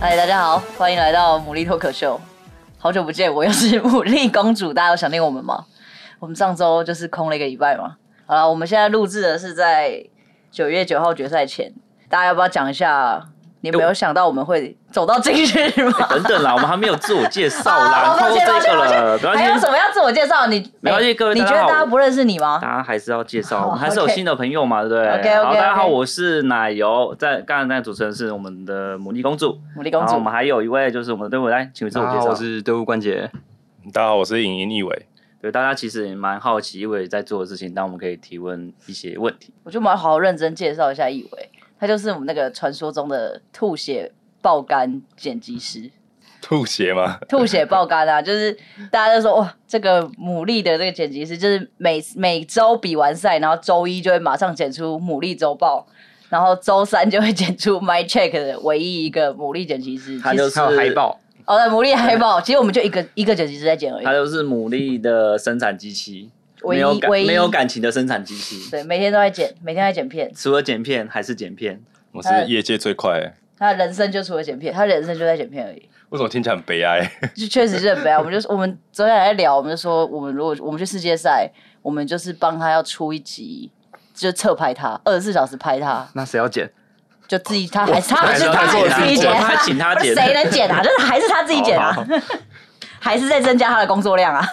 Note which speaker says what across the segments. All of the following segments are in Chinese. Speaker 1: 嗨，大家好，欢迎来到牡蛎脱口秀。好久不见，我又是牡蛎公主，大家有想念我们吗？我们上周就是空了一个礼拜嘛。好了，我们现在录制的是在九月九号决赛前，大家要不要讲一下？你没有想到我们会走到今日吗？
Speaker 2: 等等啦，我们还没有自我介绍 啦，
Speaker 1: 啊
Speaker 2: 你
Speaker 1: 抱
Speaker 2: 透
Speaker 1: 歉
Speaker 2: 过这个了，
Speaker 1: 抱
Speaker 2: 没
Speaker 1: 歉还有
Speaker 2: 关系
Speaker 1: 什。么要自我介绍？你
Speaker 2: 没关系
Speaker 1: 哎
Speaker 2: 各位
Speaker 1: 你
Speaker 2: 大
Speaker 1: 觉
Speaker 2: 家
Speaker 1: 得
Speaker 2: 好
Speaker 1: 大家不认识你吗？
Speaker 2: 大家还是要介绍，
Speaker 1: 好
Speaker 2: 我们还是有
Speaker 1: OK
Speaker 2: 新的朋友嘛，对不对
Speaker 1: OK，OK，OK
Speaker 2: 好，大家好，我是奶油，在刚才那个主持人是我们的牡蛎公主，
Speaker 1: 牡蛎公
Speaker 2: 然后我
Speaker 1: 主
Speaker 2: 们，还有一位就是我们的队伍，来，请自
Speaker 3: 大
Speaker 2: 我
Speaker 3: 家
Speaker 2: 介
Speaker 3: 好，
Speaker 2: 绍。
Speaker 3: 我是队伍关节。
Speaker 4: 嗯大家好，我是影音一伟。
Speaker 2: 对大家其实也蛮好奇一伟在做的事情，但我们可以提问一些问 题。
Speaker 1: 我就蛮好好认真介绍一下易伟，他就是我们那个传说中的吐血爆肝剪辑师。
Speaker 4: 吐血吗？
Speaker 1: 吐血爆肝啊！就是大家都说哇，这个牡蛎的这个剪辑师，就是每每周比完赛，然后周一就会马上剪出牡蛎周报，然后周三就会剪出 My Check 的唯一一个牡蛎剪辑师。
Speaker 2: 他就是
Speaker 1: 其实
Speaker 3: 还有海报，
Speaker 1: 哦，对，牡蛎海报，其实我们就一个一个剪辑师在剪而
Speaker 2: 它
Speaker 1: 已。
Speaker 2: 就是牡蛎的生产机器，
Speaker 1: 唯一
Speaker 2: 没有感
Speaker 1: 唯一
Speaker 2: 没有感情的生产机器，
Speaker 1: 对，每天都在剪，每天在剪片，
Speaker 2: 除了剪片还是剪片。
Speaker 4: 我
Speaker 2: 哎
Speaker 4: 是业界最快、欸。
Speaker 1: 他的人生就除了剪片，他的人生就在剪片而已。
Speaker 4: 为什么听起来很悲哀？
Speaker 1: 就确实是很悲哀。我们就是我们昨天还在聊，我们就说我们如果我们去世界赛，我们就是帮他要出一集，就侧拍他，二十四小时拍他，
Speaker 3: 那谁要剪？
Speaker 1: 就自己他还是他还是
Speaker 2: 我
Speaker 1: 他
Speaker 2: 还是
Speaker 1: 还
Speaker 2: 哦我
Speaker 1: 是
Speaker 2: 自
Speaker 1: 自
Speaker 2: 己
Speaker 1: 己
Speaker 2: 剪
Speaker 1: 剪，
Speaker 2: 我还请他剪哦
Speaker 1: 谁能剪啊？就是还是他自己剪啊， 还是在增加他的工作量
Speaker 2: 嗯
Speaker 1: 啊。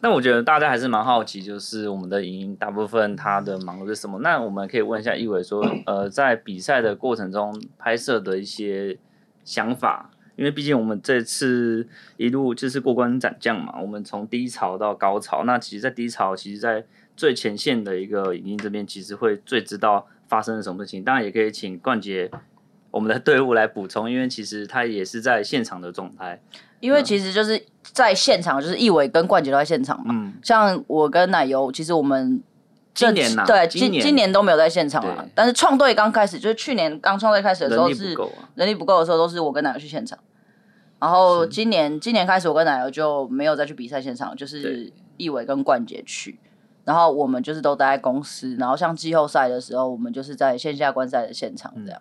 Speaker 2: 那我觉得大家还是蛮好奇，就是我们的莹莹大部分她的忙碌是什么？那我们可以问一下一伟说，呃，在比赛的过程中拍摄的一些想法，因为毕竟我们这次一路就是过关斩将嘛，我们从低潮到高潮。那其实，在低潮，其实，在最前线的一个莹莹这边，其实会最知道发生了什么事情。当然，也可以请冠杰我们的队伍来补充，因为其实他也是在现场的状态。
Speaker 1: 因为其实就是在现场，就是易伟跟冠杰都在现场嘛。
Speaker 2: 嗯，
Speaker 1: 像我跟奶油，其实我们这
Speaker 2: 今年呐、
Speaker 1: 对
Speaker 2: 今
Speaker 1: 今
Speaker 2: 年
Speaker 1: 今年都没有在现场啊
Speaker 2: 对。
Speaker 1: 但是创队刚开始，就是去年刚创队开始的时
Speaker 2: 人
Speaker 1: 候
Speaker 2: 力
Speaker 1: 是
Speaker 2: 不够啊。
Speaker 1: 人力不够的时候，都是我跟奶油去现场。然后今年今年开始，我跟奶油就没有再去比赛现场，就是
Speaker 2: 对
Speaker 1: 易伟跟冠杰去。然后我们就是都待在公司，然后像季后赛的时候，我们就是在线下观赛的现场这样。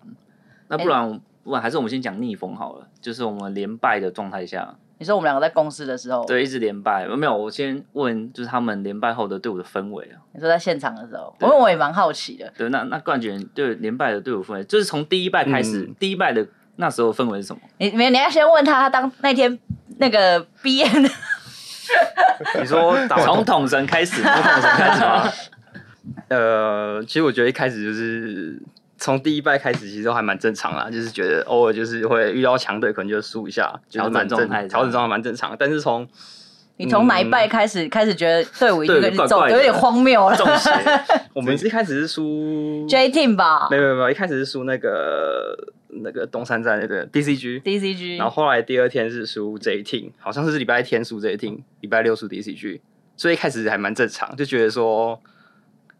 Speaker 2: 那不然，不然还是我们先讲逆风好了，就是我们连败的状态下，
Speaker 1: 你说我们两个在公司的时候，
Speaker 2: 对，一直连败，没有，我先问，就是他们连败后的队伍的氛围啊，
Speaker 1: 你说在现场的时候，
Speaker 2: 对
Speaker 1: 因为我也蛮好奇的。
Speaker 2: 对，那那冠军对连败的队伍氛围，就是从第一败开始，
Speaker 3: 嗯
Speaker 2: 第一败的那时候氛围是什么？
Speaker 1: 你没有你要先问他，他当那天那个毕业的，
Speaker 3: 你说打
Speaker 2: 从统神开 始，从统神开始吗？
Speaker 3: 呃，其实我觉得一开始就是从第一败开始，其实都还蛮正常啦，就是觉得偶尔就是会遇到强队，可能就输一下，就是蛮
Speaker 2: 调整
Speaker 3: 正
Speaker 2: 状态
Speaker 3: 调整状态蛮正常。但是从
Speaker 1: 你从哪一拜开始、开始觉得队伍已经
Speaker 2: 对
Speaker 1: 跟你
Speaker 2: 怪
Speaker 1: 走
Speaker 2: 怪的
Speaker 1: 有点荒谬了
Speaker 2: 中邪，
Speaker 3: 我们一开始是输，
Speaker 1: ？J Team 吧
Speaker 3: 没有没有没有，一开始是输那个那个东山站那个 DCG，
Speaker 1: ，DCG，
Speaker 3: 然后后来第二天是输 J Team，好像是礼拜天输 J Team，礼拜六输 DCG，所以一开始还蛮正常，就觉得说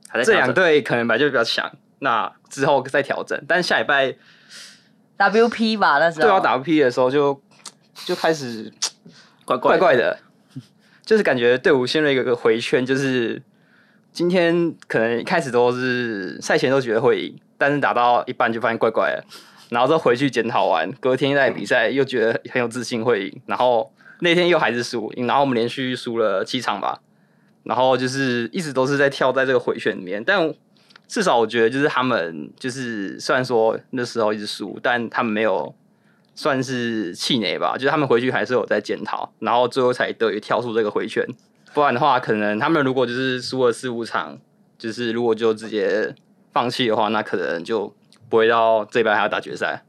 Speaker 2: 还在
Speaker 3: 这
Speaker 2: 调
Speaker 3: 两
Speaker 2: 整
Speaker 3: 队可能本来就比较强，那之后再调整。但下礼拜
Speaker 1: WP 吧那时候。
Speaker 3: 对要啊打 P 的时候就，就开始
Speaker 2: 怪
Speaker 3: 怪
Speaker 2: 怪
Speaker 3: 怪的， 就是感觉队伍陷入一个回圈，就是今天可能一开始都是赛前都觉得会赢，但是打到一半就发现怪怪的，然后再回去检讨完，隔天再比赛又觉得很有自信会赢，然后那天又还是输，然后我们连续输了七场吧，然后就是一直都是在跳在这个回圈里面，但。至少我觉得，就是他们，就是虽然说那时候一直输，但他们没有算是气馁吧，就是他们回去还是有在检讨，然后最后才得以跳出这个回圈。不然的话，可能他们如果就是输了四五场，就是如果就直接放弃的话，那可能就不会到这一班还要打决赛。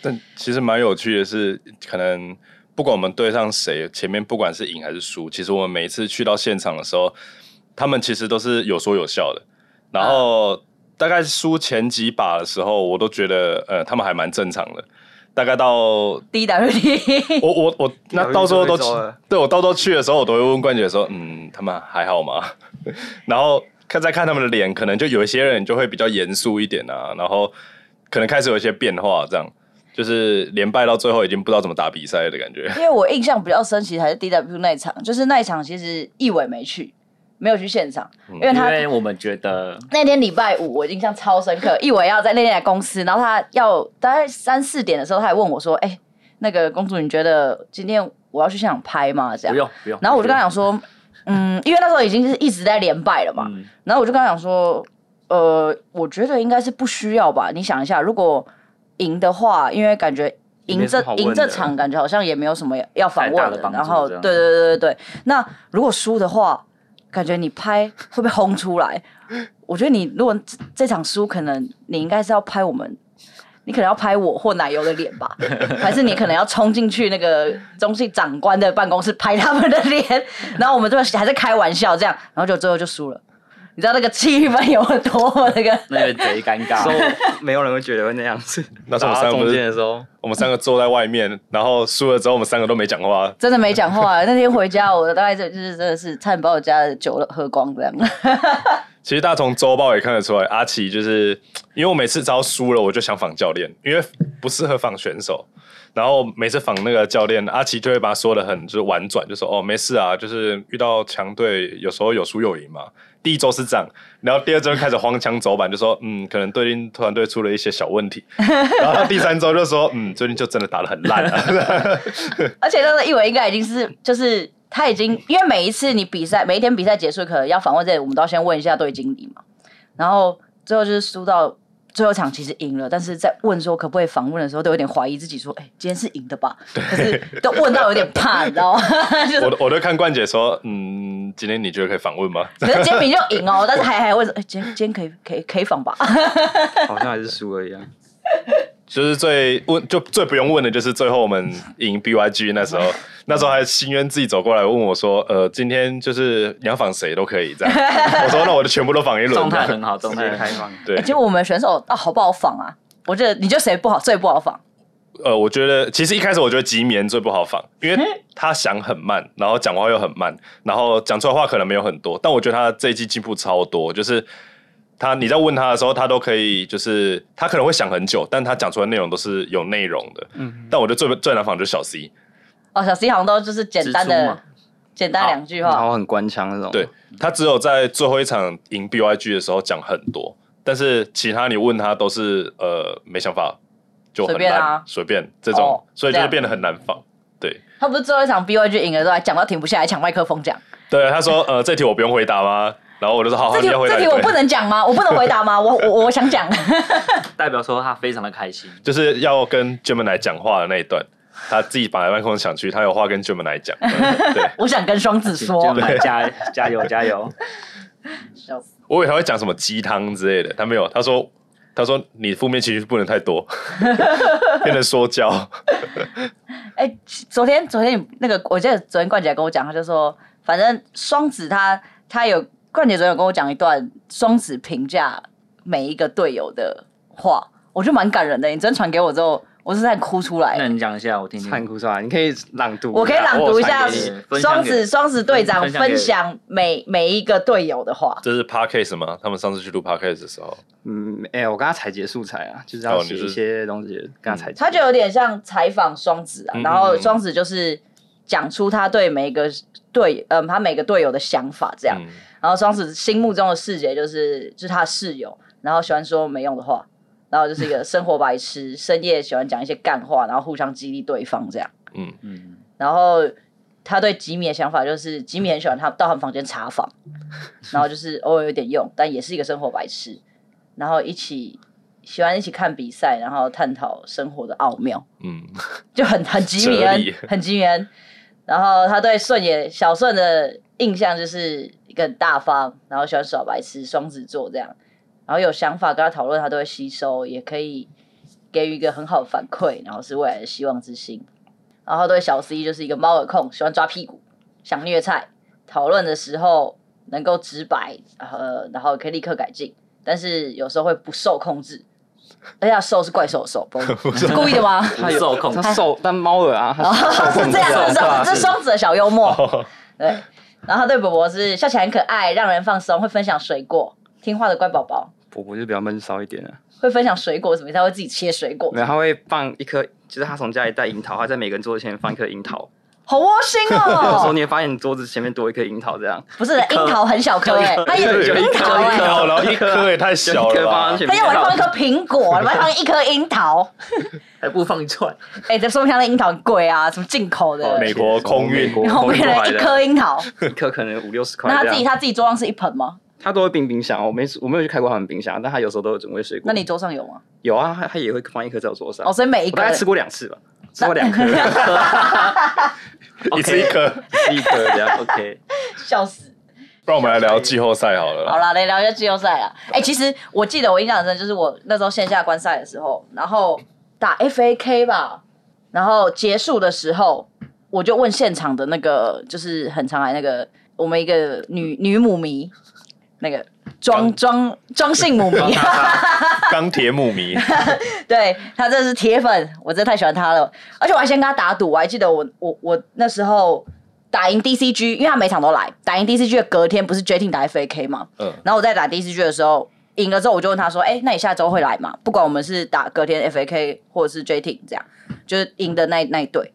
Speaker 4: 但其实蛮有趣的是，可能不管我们对上谁，前面不管是赢还是输，其实我们每一次去到现场的时候，他们其实都是有说有笑的。然后大概输前几把的时候，我都觉得呃，他们还蛮正常的。大概到
Speaker 1: DWT，
Speaker 4: 我我我那到时候都去
Speaker 3: 有一周了
Speaker 4: 对我到时候去的时候，我都会问冠姐说：“嗯，他们还好吗？” 然后看再看他们的脸，可能就有一些人就会比较严肃一点啊，然后可能开始有一些变化，这样就是连败到最后已经不知道怎么打比赛的感觉。
Speaker 1: 因为我印象比较深，其实还是 DW 那一场，就是那一场其实易伟没去，没有去现场，因为
Speaker 2: 因
Speaker 1: 他
Speaker 2: 为我们觉得
Speaker 1: 那天礼拜五，我印象超深刻。一伟要在那天来公司，然后他要大概三四点的时候，他还问我说：“哎、那个公主，你觉得今天我要去现场拍吗？”这
Speaker 2: 不
Speaker 1: 样，
Speaker 2: 用不用。
Speaker 1: 然后我就跟他讲
Speaker 2: 不用
Speaker 1: 说：“嗯，因为那时候已经是一直在连败了嘛。
Speaker 2: 嗯，
Speaker 1: 然后我就跟他讲说：“呃，我觉得应该是不需要吧。你想一下，如果赢的话，因为感觉赢这
Speaker 3: 也没什么好问的
Speaker 1: 赢这场，感觉好像也没有什么要反问
Speaker 2: 太大的帮助
Speaker 1: 然后对
Speaker 2: 这样
Speaker 1: 对对对对，那如果输的话，感觉你拍会被轰出 来。我觉得你如果这这场输，可能你应该是要拍我们。”你可能要拍我或奶油的脸 吧，还是你可能要冲进去那个中信长官的办公室拍他们的脸， 然后我们就还在开玩笑这样，然后就最后就输了。你知道那个气氛有多么那 个？
Speaker 2: 那个贼尴 尬。
Speaker 3: 都没有人会觉得会那样子。
Speaker 4: 那时候我
Speaker 3: 打
Speaker 4: 们
Speaker 3: 到
Speaker 4: 三个不
Speaker 3: 中
Speaker 4: 是
Speaker 3: 间的时候，
Speaker 4: 我们三个坐在外面，然后输了之后，我们三个都没讲话。
Speaker 1: 真的没讲话。那天回家，我大概就就是真的是差点把我家的酒喝光这样。
Speaker 4: 其实大家从周报也看得出来，阿奇就是因为我每次只要输了，我就想仿教练，因为不适合仿选手。然后每次仿那个教练，阿奇就会把他说的很就是婉转，就说哦没事啊，就是遇到强队有时候有输有赢嘛。第一周是这样，然后第二周开始荒腔走板，就说嗯可能对应团队出了一些小问题。 然后第三周就说嗯最近就真的打得很烂 啊。
Speaker 1: 而且那个一伟应该已经是就是他已经，因为每一次你比赛每一天比赛结束，可能要访问这里，我们都要先问一下队经理嘛。然后最后就是输到最后一场，其实赢了，但是在问说可不可以访问的时候，都有点怀疑自己说，哎、今天是赢的吧？可是都问到有点怕，你知道吗？就是
Speaker 4: 我都我都看冠姐说嗯今天你觉得可以访问吗？
Speaker 1: 可是煎饼就赢哦，但是还还问说，哎、今天今天可以可以可以 访吧？
Speaker 3: 好像还是输了啊一样。
Speaker 4: 就是最问就最不用问的，就是最后我们赢 BYG 那时 候，那时候还心愿自己走过来问我说：“呃，今天就是你要仿谁都可 以这样。”我说：“那我就全部都仿一轮。”
Speaker 2: 状态哎很好，状态
Speaker 3: 直接
Speaker 2: 很好
Speaker 3: 开放
Speaker 4: 对，
Speaker 1: 结果我们选手啊，好不好仿啊？我觉得你觉得谁不好，最不好仿？
Speaker 4: 呃，我觉得其实一开始我觉得吉棉最不好仿，因
Speaker 2: 嗯
Speaker 4: 为他想很慢，然后讲话又很慢，然后讲出来话可能没有很多，但我觉得他这一季进步超多，就是他你在问他的时候，他都可以，就是他可能会想很久，但他讲出来的内容都是有内容的。嗯，但我觉得最最难仿就是小 C，
Speaker 1: 哦，小 C 好像都就是简单
Speaker 2: 支出
Speaker 1: 的
Speaker 2: 嘛
Speaker 1: 简单两句
Speaker 3: 然
Speaker 1: 话，
Speaker 3: 后很官腔那种。
Speaker 4: 对他只有在最后一场赢 BYG 的时候讲很多，但是其他你问他都是呃没想法，就很
Speaker 1: 随便
Speaker 4: 烂
Speaker 1: 啊
Speaker 4: 随便这种，
Speaker 1: 哦
Speaker 4: 所以就
Speaker 1: 这
Speaker 4: 会
Speaker 1: 样
Speaker 4: 变得很难仿。对
Speaker 1: 他不是最后一场 BYG 赢了之后，还讲到停不下来，抢麦克风讲。
Speaker 4: 对，他说 呃这题我不用回答吗？然后我就说好，
Speaker 1: 这
Speaker 4: 好哦你
Speaker 1: 题
Speaker 4: 要回答
Speaker 1: 这
Speaker 4: 也
Speaker 1: 题我不
Speaker 4: 对，
Speaker 1: 能讲吗？我不能回答吗？我我我想讲，
Speaker 2: 代表说他非常的开心。
Speaker 4: 就是要跟 Gemini 讲话的那一段，他自己把麦克风抢去，他有话跟 Gemini 讲。对，
Speaker 1: 我想跟双子
Speaker 2: 就
Speaker 1: 说。
Speaker 2: 买加加油加 油！
Speaker 1: 笑死
Speaker 4: 我以为他会讲什么鸡汤之类的，他没有，他说。他说：“你负面情绪不能太 多，变成说教。
Speaker 1: 哎、昨天昨天你那个，我记得昨天冠姐跟我讲，她就说，反正双子她她有冠姐昨天有跟我讲一段双子评价每一个队友的话，我觉得蛮感人的。你昨天传给我之后，我是在哭出来。
Speaker 2: 那你讲一下，我听听。
Speaker 3: 看哭出来，你可以朗读一下，
Speaker 1: 我可以朗读一下
Speaker 3: 我有传给你
Speaker 2: 分享给
Speaker 1: 双子双子队长
Speaker 2: 分享给
Speaker 1: 分享每每一个队友的话”，
Speaker 4: 这是 podcast 吗？他们上次去录 podcast 的时候，
Speaker 3: 嗯，哎、我跟他采集素材啊，就是要
Speaker 4: 哦
Speaker 3: 写
Speaker 4: 你是
Speaker 3: 一些东西跟他采集。
Speaker 1: 他就有点像采访双子啊，
Speaker 4: 嗯
Speaker 1: 然后双子就是讲出他对每一个队，嗯，他每个队友的想法这样。
Speaker 4: 嗯，
Speaker 1: 然后双子心目中的世界就是就是他的室友，然后喜欢说没用的话，然后就是一个生活白痴，深夜喜欢讲一些干话，然后互相激励对方这样。
Speaker 2: 嗯，
Speaker 1: 然后他对吉米的想法就是，吉米很喜欢他到他们房间查房，然后就是偶尔有点用，但也是一个生活白痴。然后一起喜欢一起看比赛，然后探讨生活的奥妙，
Speaker 4: 嗯，
Speaker 1: 就很很吉米
Speaker 4: 哲
Speaker 1: 恩
Speaker 4: 理，
Speaker 1: 很吉米恩。然后他对顺也小顺的印象就是一个很大方，然后喜欢耍白痴，双子座这样。然后有想法跟他讨论，他都会吸收，也可以给予一个很好的反馈，然后是未来的希望之星。然后对小 C 就是一个猫耳控，喜欢抓屁股，想虐菜，讨论的时候能够直白，呃，然后可以立刻改进，但是有时候会不受控制。而且他瘦是怪兽的瘦， 不是故意的吗？
Speaker 2: 他受控
Speaker 3: 他瘦，但猫耳啊， 他
Speaker 1: 哦，是这样，
Speaker 2: 控
Speaker 1: 这
Speaker 2: 制
Speaker 1: 是双
Speaker 2: 控制
Speaker 1: 这是双子的小幽默。
Speaker 4: 哦
Speaker 1: 对，然后他对伯伯是笑起来很可爱，让人放松，会分享水果，听话的乖宝宝，
Speaker 3: 婆婆就比较闷骚一点啊。
Speaker 1: 会分享水果什么意思，他会自己切水果哦
Speaker 3: 没。有，他会放一颗，就是他从家里带樱桃，他在每个人桌前放一颗樱桃，
Speaker 1: 好窝心
Speaker 3: 有时候
Speaker 1: 哦！
Speaker 3: 你会发现你桌子前面多一颗樱桃，这样
Speaker 1: 不是樱桃很小颗哎，它也
Speaker 3: 有
Speaker 1: 樱桃
Speaker 3: 有
Speaker 1: 哎
Speaker 3: 一，
Speaker 4: 然后一颗也太小了吧。
Speaker 1: 它要我放一颗苹果，你们放一颗樱桃，
Speaker 2: 还不如放 一串，
Speaker 1: 哎，这说明它的樱桃很贵啊，什么进口
Speaker 3: 哦
Speaker 1: 的，
Speaker 4: 美国空运
Speaker 1: 然后变成一颗樱桃，
Speaker 3: 一颗可能五六十块
Speaker 1: 那他
Speaker 3: 这
Speaker 1: 自己
Speaker 3: 样。
Speaker 1: 他自己桌上是一盆吗？
Speaker 3: 他都会冰冰箱，我没我没有去开过他们冰箱，但他有时候都有准备水果。
Speaker 1: 那你桌上有吗？
Speaker 3: 有啊？他他也会放一颗在我桌上。
Speaker 1: 哦，所以每一个
Speaker 3: 我大概吃过两次吧，吃 过两颗，
Speaker 4: 一次一颗。
Speaker 3: 吃一颗这样 OK。
Speaker 1: 笑死。
Speaker 4: 不然我们来聊季后赛好了 啦。
Speaker 1: 好啦，来聊一下季后赛啦。哎、其实我记得我印象很深，就是我那时候线下观赛的时候，然后打 FAK 吧，然后结束的时候，我就问现场的那个，就是很常来那个我们一个女女母迷，那个庄庄庄姓母 迷，
Speaker 4: 钢铁母迷，
Speaker 1: 对他真的是铁粉，我真的太喜欢他了。而且我还先跟他打赌，我还记得我我我那时候打赢 DCG，因为他每场都来，打赢 DCG 的隔天不是决定打 FAK 嘛，
Speaker 4: 嗯，
Speaker 1: 然后我在打 DCG 的时候赢了之后，我就问他说：“哎、那你下周会来吗？不管我们是打隔天 FAK 或者是 JT 这样，就是赢的那那一队。”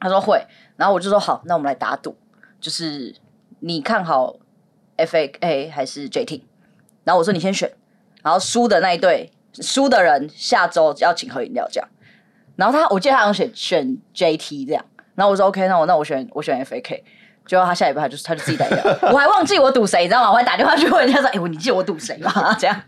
Speaker 1: 他说会，然后我就说好，那我们来打赌，就是你看好 FAK 还是 JT？然后我说你先选，然后输的那一队，输的人下周要请喝饮料这样。然后他，我记得他好像选选 JT 这样，然后我说 OK，那我那我选我选 FAK。结果他下礼拜他就他就自己打掉，我还忘记我赌谁，你知道吗？我还打电话去问人家说：“哎、 我你记得我赌谁吗？”这样。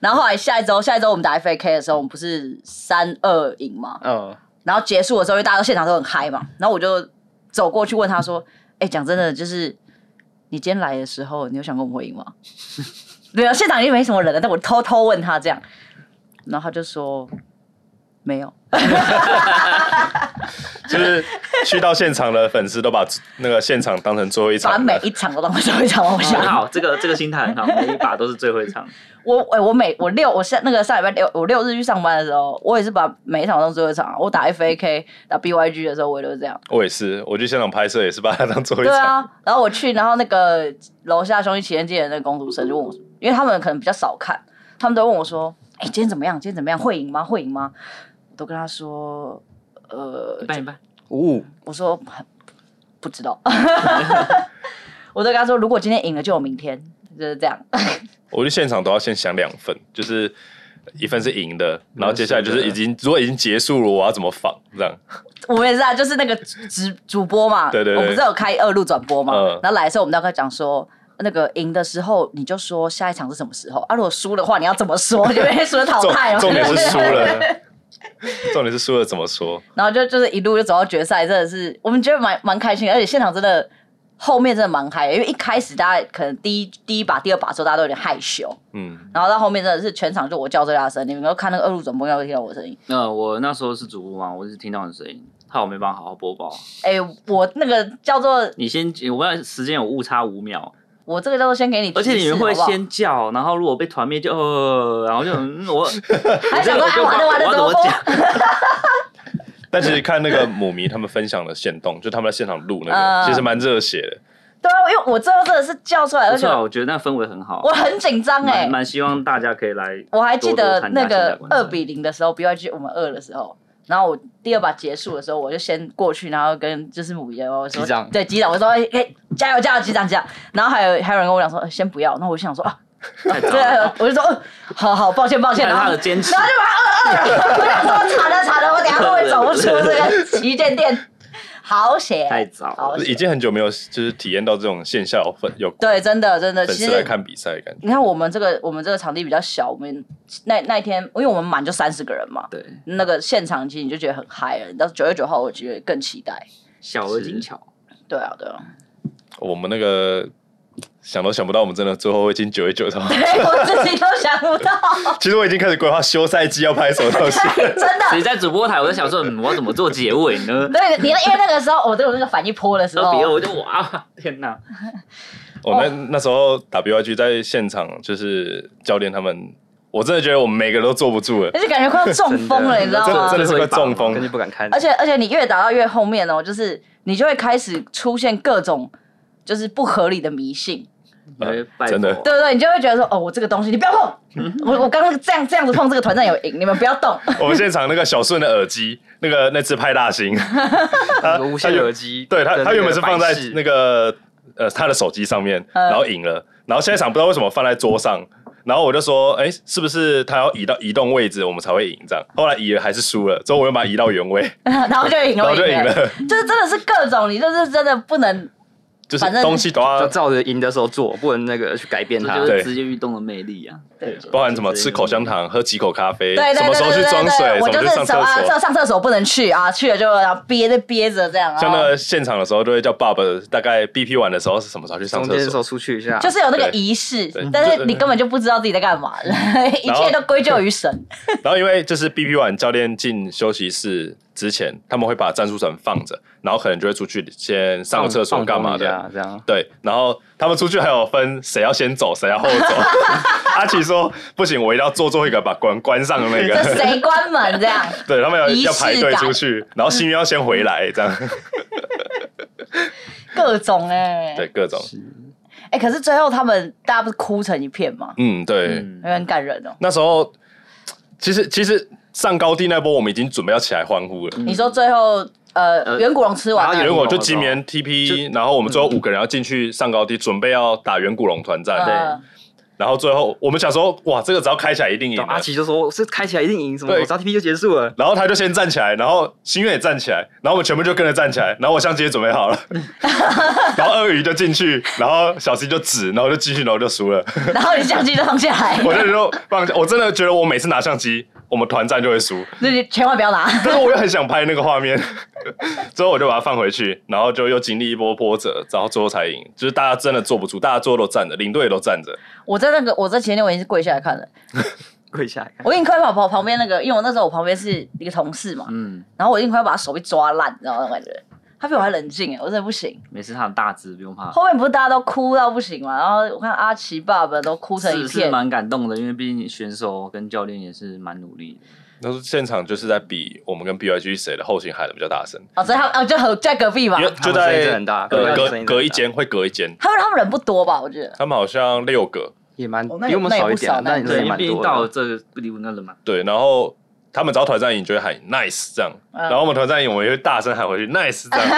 Speaker 1: 然后后来下一周，下一周我们打 FAK 的时候，我们不是三二赢吗？
Speaker 3: 嗯，
Speaker 1: 然后结束的时候，因为大家都现场都很嗨嘛，然后我就走过去问他说：“哎、讲真的，就是你今天来的时候，你有想过我们会赢吗？” 对啊，现场已经没什么人了，但我偷偷问他这样，然后他就说没有。
Speaker 4: 就是去到现场的粉丝都把那个现场当成最后一
Speaker 1: 把
Speaker 4: 场
Speaker 1: 每
Speaker 4: 了。
Speaker 1: 一场都当最后一场玩，我想
Speaker 2: 很好，这个这个心态很好，每一把都是最后一场。
Speaker 1: 我哎、我每我六我下那个上礼拜六我六日去上班的时候，我也是把每一场当最后一场啊。我打 FAK 打 BYG 的时候，我也都是这样。
Speaker 4: 我也是，我去现场拍摄也是把它当最后一
Speaker 1: 对
Speaker 4: 场。
Speaker 1: 啊，然后我去，然后那个楼下兄弟旗舰店的那个公主生就问我，因为他们可能比较少看，他们都问我说：“哎、今天怎么样？今天怎么样？会赢吗？会赢吗？” 我都跟他说：“呃
Speaker 2: 一，半一半，
Speaker 3: 五五
Speaker 1: 我说很不知道。” 我都跟他说：“如果今天赢了，就有明天。”就是这样，
Speaker 4: 我去现场都要先想两份，就是一份是赢的，然后接下来就是已经如果已经结束了，我要怎么仿这样？
Speaker 1: 我们也是啊，就是那个主主播嘛，
Speaker 4: 对对对
Speaker 1: 我们不是有开二路转播嘛，
Speaker 4: 嗯
Speaker 1: 然后来的时候我们大概讲说。那个赢的时候，你就说下一场是什么时候啊？如果输的话，你要怎么 说？就被说淘
Speaker 4: 重
Speaker 1: 汰哦。
Speaker 4: 重点是输了，重点是输了怎么说？
Speaker 1: 然后就就是一路就走到决赛，真的是我们觉得蛮蛮开心的，而且现场真的后面真的蛮嗨的，因为一开始大家可能第一第一把、第二把的时候大家都有点害羞，
Speaker 4: 嗯，
Speaker 1: 然后到后面真的是全场就我叫最大声，你们都看那个二路转播应该会听到我的声音。
Speaker 2: 那我那时候是主播嘛，我是听到你声音，怕我没办法好好播报。
Speaker 1: 哎，我那个叫做
Speaker 2: 你先，我要时间有误差五秒，
Speaker 1: 我这个叫做先给你提
Speaker 2: 而
Speaker 1: 示，
Speaker 2: 且你们会
Speaker 1: 好不好
Speaker 2: 先叫，然后如果被团灭就，呃、然后就、嗯、我，
Speaker 1: 还
Speaker 2: 还
Speaker 1: 想说哎完了完了怎么
Speaker 2: 我要怎么
Speaker 1: 播？
Speaker 2: 讲？
Speaker 4: 但其实看那个母迷他们分享的现动，就他们在现场录那
Speaker 1: 嗯
Speaker 4: 个，其实蛮热血的。
Speaker 1: 对啊，因为我最后真的是叫出来，而
Speaker 2: 不啊
Speaker 1: 且
Speaker 2: 错，我觉得那氛围很好
Speaker 1: 我，很紧张哎
Speaker 2: 蛮，蛮希望大家可以来。
Speaker 1: 我还记
Speaker 2: 多多
Speaker 1: 得
Speaker 2: 参加
Speaker 1: 那个
Speaker 2: 现在
Speaker 1: 二
Speaker 2: 观赛
Speaker 1: 比零的时候，BYG 我们二的时候，然后我第二把结束的时候，我就先过去，然后跟就是母爷我说
Speaker 3: 击掌
Speaker 1: 对机长，我说哎、哎加油加油机长加油，然后还有还有人跟我讲说、呃先不要，那我就想说啊，
Speaker 2: 太
Speaker 1: 对
Speaker 2: 早了，，
Speaker 1: 我就说、呃、好好抱歉抱歉，
Speaker 2: 看
Speaker 1: 然
Speaker 2: 他
Speaker 1: 后
Speaker 2: 的坚持
Speaker 1: 然，后就把它二二，我想说惨了惨了，我等一下会不会走不出这个旗舰店？好险，
Speaker 2: 太早
Speaker 1: 好
Speaker 4: 就是已
Speaker 1: 险，
Speaker 4: 经很久没有就是体验到这种线下有粉有
Speaker 1: 对，真的真的，
Speaker 4: 粉
Speaker 1: 其
Speaker 4: 丝来
Speaker 1: 实
Speaker 4: 看比赛的感觉。
Speaker 1: 你看我们这个我们这个场地比较小，我们那那一天，因为我们满就三十个人嘛，
Speaker 2: 对，
Speaker 1: 那个现场其实你就觉得很嗨了。你到九月九号，我觉得更期待。
Speaker 2: 小而精巧，
Speaker 1: 对啊， 对啊，
Speaker 4: 我们那个想都想不到，我们真的最后会进 九月九号。
Speaker 1: 对我自己都想不到，
Speaker 4: 其实我已经开始规划休赛季要拍什么 东西。
Speaker 1: 真
Speaker 2: 谁
Speaker 1: 的。
Speaker 2: 在主播台？我在想说，嗯，我要怎么做结尾 呢？
Speaker 1: 对，你因为那个时候，我都有那个反应坡的时
Speaker 2: 二比二，
Speaker 1: 候，
Speaker 2: 我就哇，天哪！
Speaker 4: 我哦那那时候打 BYG 在现场，就是教练他们，我真的觉得我们每个都坐不住了，
Speaker 1: 而且感觉快要中风了，你知道啊
Speaker 4: 真
Speaker 1: 吗
Speaker 4: 真？的是快中
Speaker 3: 根本就
Speaker 4: 风。
Speaker 3: 不敢看。
Speaker 1: 而且而且你越打到越后面哦，就是你就会开始出现各种就是不合理的迷信。
Speaker 2: 你哎会拜
Speaker 4: 真的
Speaker 2: 佛
Speaker 1: 对不对？你就会觉得说，哦，我这个东西你不要碰， 我我刚刚这样这样子碰这个团战有赢，你们不要动。
Speaker 4: 我们现场那个小顺的耳机，那个那只派大星，
Speaker 3: 那个无线耳机的
Speaker 4: 对
Speaker 3: 那个
Speaker 4: 呃他
Speaker 3: 摆饰，
Speaker 4: 他原本是放在那个呃他的手机上面，
Speaker 1: 嗯
Speaker 4: 然后赢了，然后下一场不知道为什么放在桌上。然后我就说，哎，是不是他要移到移动位置，我们才会赢这样？后来移了还是输了，之后我又把它移到原位，
Speaker 1: 然后就赢
Speaker 4: 然
Speaker 1: 了，
Speaker 4: 后就赢 了。
Speaker 1: 就是真的是各种，你就是真的不能
Speaker 4: 就是
Speaker 1: 反正
Speaker 4: 东西都
Speaker 3: 就
Speaker 4: 要
Speaker 3: 照着赢的时候做，不能那个去改变
Speaker 2: 这
Speaker 3: 它
Speaker 2: 就。
Speaker 4: 对
Speaker 2: 是直接运动的魅力啊！
Speaker 1: 对。
Speaker 4: 包含什么吃口香糖、喝几口咖啡，
Speaker 1: 对对
Speaker 4: 什么
Speaker 1: 对
Speaker 4: 时候去
Speaker 1: 对
Speaker 4: 装
Speaker 1: 对
Speaker 4: 水，
Speaker 1: 对，
Speaker 4: 什
Speaker 1: 我
Speaker 4: 么
Speaker 1: 就
Speaker 4: 去
Speaker 1: 是
Speaker 4: 上
Speaker 1: 手
Speaker 4: 厕
Speaker 1: 啊，
Speaker 4: 所
Speaker 1: 上。上厕所不能去啊，去了就然后憋着憋着这样，
Speaker 4: 像
Speaker 1: 然
Speaker 4: 那
Speaker 1: 后
Speaker 4: 个现场的时候，都会叫爸爸，大概 BP 完的时候是什么时候去上
Speaker 3: 中
Speaker 4: 厕
Speaker 3: 间的时
Speaker 4: 所？
Speaker 3: 候出去一下，
Speaker 1: 就是有那个
Speaker 4: 对
Speaker 1: 仪式
Speaker 4: 对，
Speaker 1: 但是
Speaker 4: 就嗯
Speaker 1: 你根本就不知道自己在干嘛， 一
Speaker 4: 然后
Speaker 1: 切都归咎于 神。
Speaker 4: 然后因为就是 BP 完教练进休息室之前，他们会把战术绳放着，然后可能就会出去先上个厕所
Speaker 3: 放啊
Speaker 4: 干嘛
Speaker 3: 放松一
Speaker 4: 的。
Speaker 3: 下
Speaker 1: 啊
Speaker 3: 这样。
Speaker 4: 对，然后他们出去还有分谁要先走，谁要后走。 阿奇说：“不行，我一定要做最后一个，把关关上的那
Speaker 1: 这
Speaker 4: 个。
Speaker 1: 谁关门这 样？”
Speaker 4: 对他们要
Speaker 1: 仪式
Speaker 4: 要排队
Speaker 1: 感
Speaker 4: 出去，然后幸运要先回来，这样
Speaker 1: 各种哎、
Speaker 4: 对各种
Speaker 1: 哎、可是最后他们大家不是哭成一片吗？
Speaker 4: 嗯对。
Speaker 2: 嗯，
Speaker 1: 有很感人哦。
Speaker 4: 那时候，其实其实上高地那波，我们已经准备要起来欢呼了。
Speaker 1: 你说最后呃，
Speaker 2: 呃
Speaker 1: 远古龙吃完
Speaker 3: 然后
Speaker 1: 了
Speaker 3: 远
Speaker 4: 如
Speaker 3: 古
Speaker 4: 果就今年 TP，然后我们最后五个人要进去上高地，准备要打远古龙团
Speaker 3: 嗯
Speaker 4: 战。
Speaker 1: 呃
Speaker 4: 然后最后我们想说，哇，这个只要开起来一定赢
Speaker 3: 然后阿
Speaker 4: 了。
Speaker 3: 奇就说：“这开起来一定赢，什么
Speaker 4: 对
Speaker 3: 我杀 TP 就结束了。
Speaker 4: 然后他就先站起来，然后心愿也站起来，然后我们全部就跟着站起来，然后我相机也准备好了， 然后鳄鱼就进去，然后小 C 就指，然后就继续，然后就输了。
Speaker 1: 然后你相机就放下来，
Speaker 4: 我就说，放下，我真的觉得我每次拿相机，我们团战就会输。
Speaker 1: 那你千万不要拿。
Speaker 4: 但是我又很想拍那个画面，之后我就把它放回去，然后就又经历一波波折，然后最后才赢。就是大家真的坐不住，大家最后都站着，领队也都站着。
Speaker 1: 我在那个我在前天我已经是跪下来看了，”
Speaker 3: 跪下来看，
Speaker 1: 我已经快跑跑旁边那个，因为我那时候我旁边是一个同事嘛，
Speaker 2: 嗯，
Speaker 1: 然后我已经快要把他手被抓烂，你知道那种感觉。他比我还冷静哎，我真的不行。
Speaker 2: 没事，他很大只，不用怕。
Speaker 1: 后面不是大家都哭到不行嘛，然后我看阿奇爸爸都哭成一
Speaker 2: 是是
Speaker 1: 片，
Speaker 2: 蛮感动的，因为毕竟选手跟教练也是蛮努力的。
Speaker 4: 那时候现场就是在比我们跟 BYG 谁的后勤喊的比较大声，
Speaker 1: 哦，所以他哦就很在隔壁嘛
Speaker 4: 因，为就
Speaker 3: 他
Speaker 4: 在
Speaker 3: 们声音真的很大
Speaker 4: 隔
Speaker 3: 对他们
Speaker 4: 隔
Speaker 3: 声音真的很大
Speaker 4: 隔一间会隔一间，
Speaker 1: 他们他们人不多吧？我觉得
Speaker 4: 他们好像六个
Speaker 3: 也蛮
Speaker 1: 哦那也
Speaker 3: 比我们少一点啊，
Speaker 1: 那
Speaker 3: 但
Speaker 1: 也
Speaker 3: 也
Speaker 1: 不少
Speaker 2: 对，
Speaker 3: 是也
Speaker 2: 因为
Speaker 3: 蛮
Speaker 2: 毕竟
Speaker 3: 多
Speaker 2: 到了
Speaker 3: 的。
Speaker 2: 这个地步，应该人蛮
Speaker 4: 对，然后。他们只要团战赢就会喊 nice 这样，
Speaker 1: 嗯
Speaker 4: 然后我们团战赢我们也会大声喊回去 nice 这样，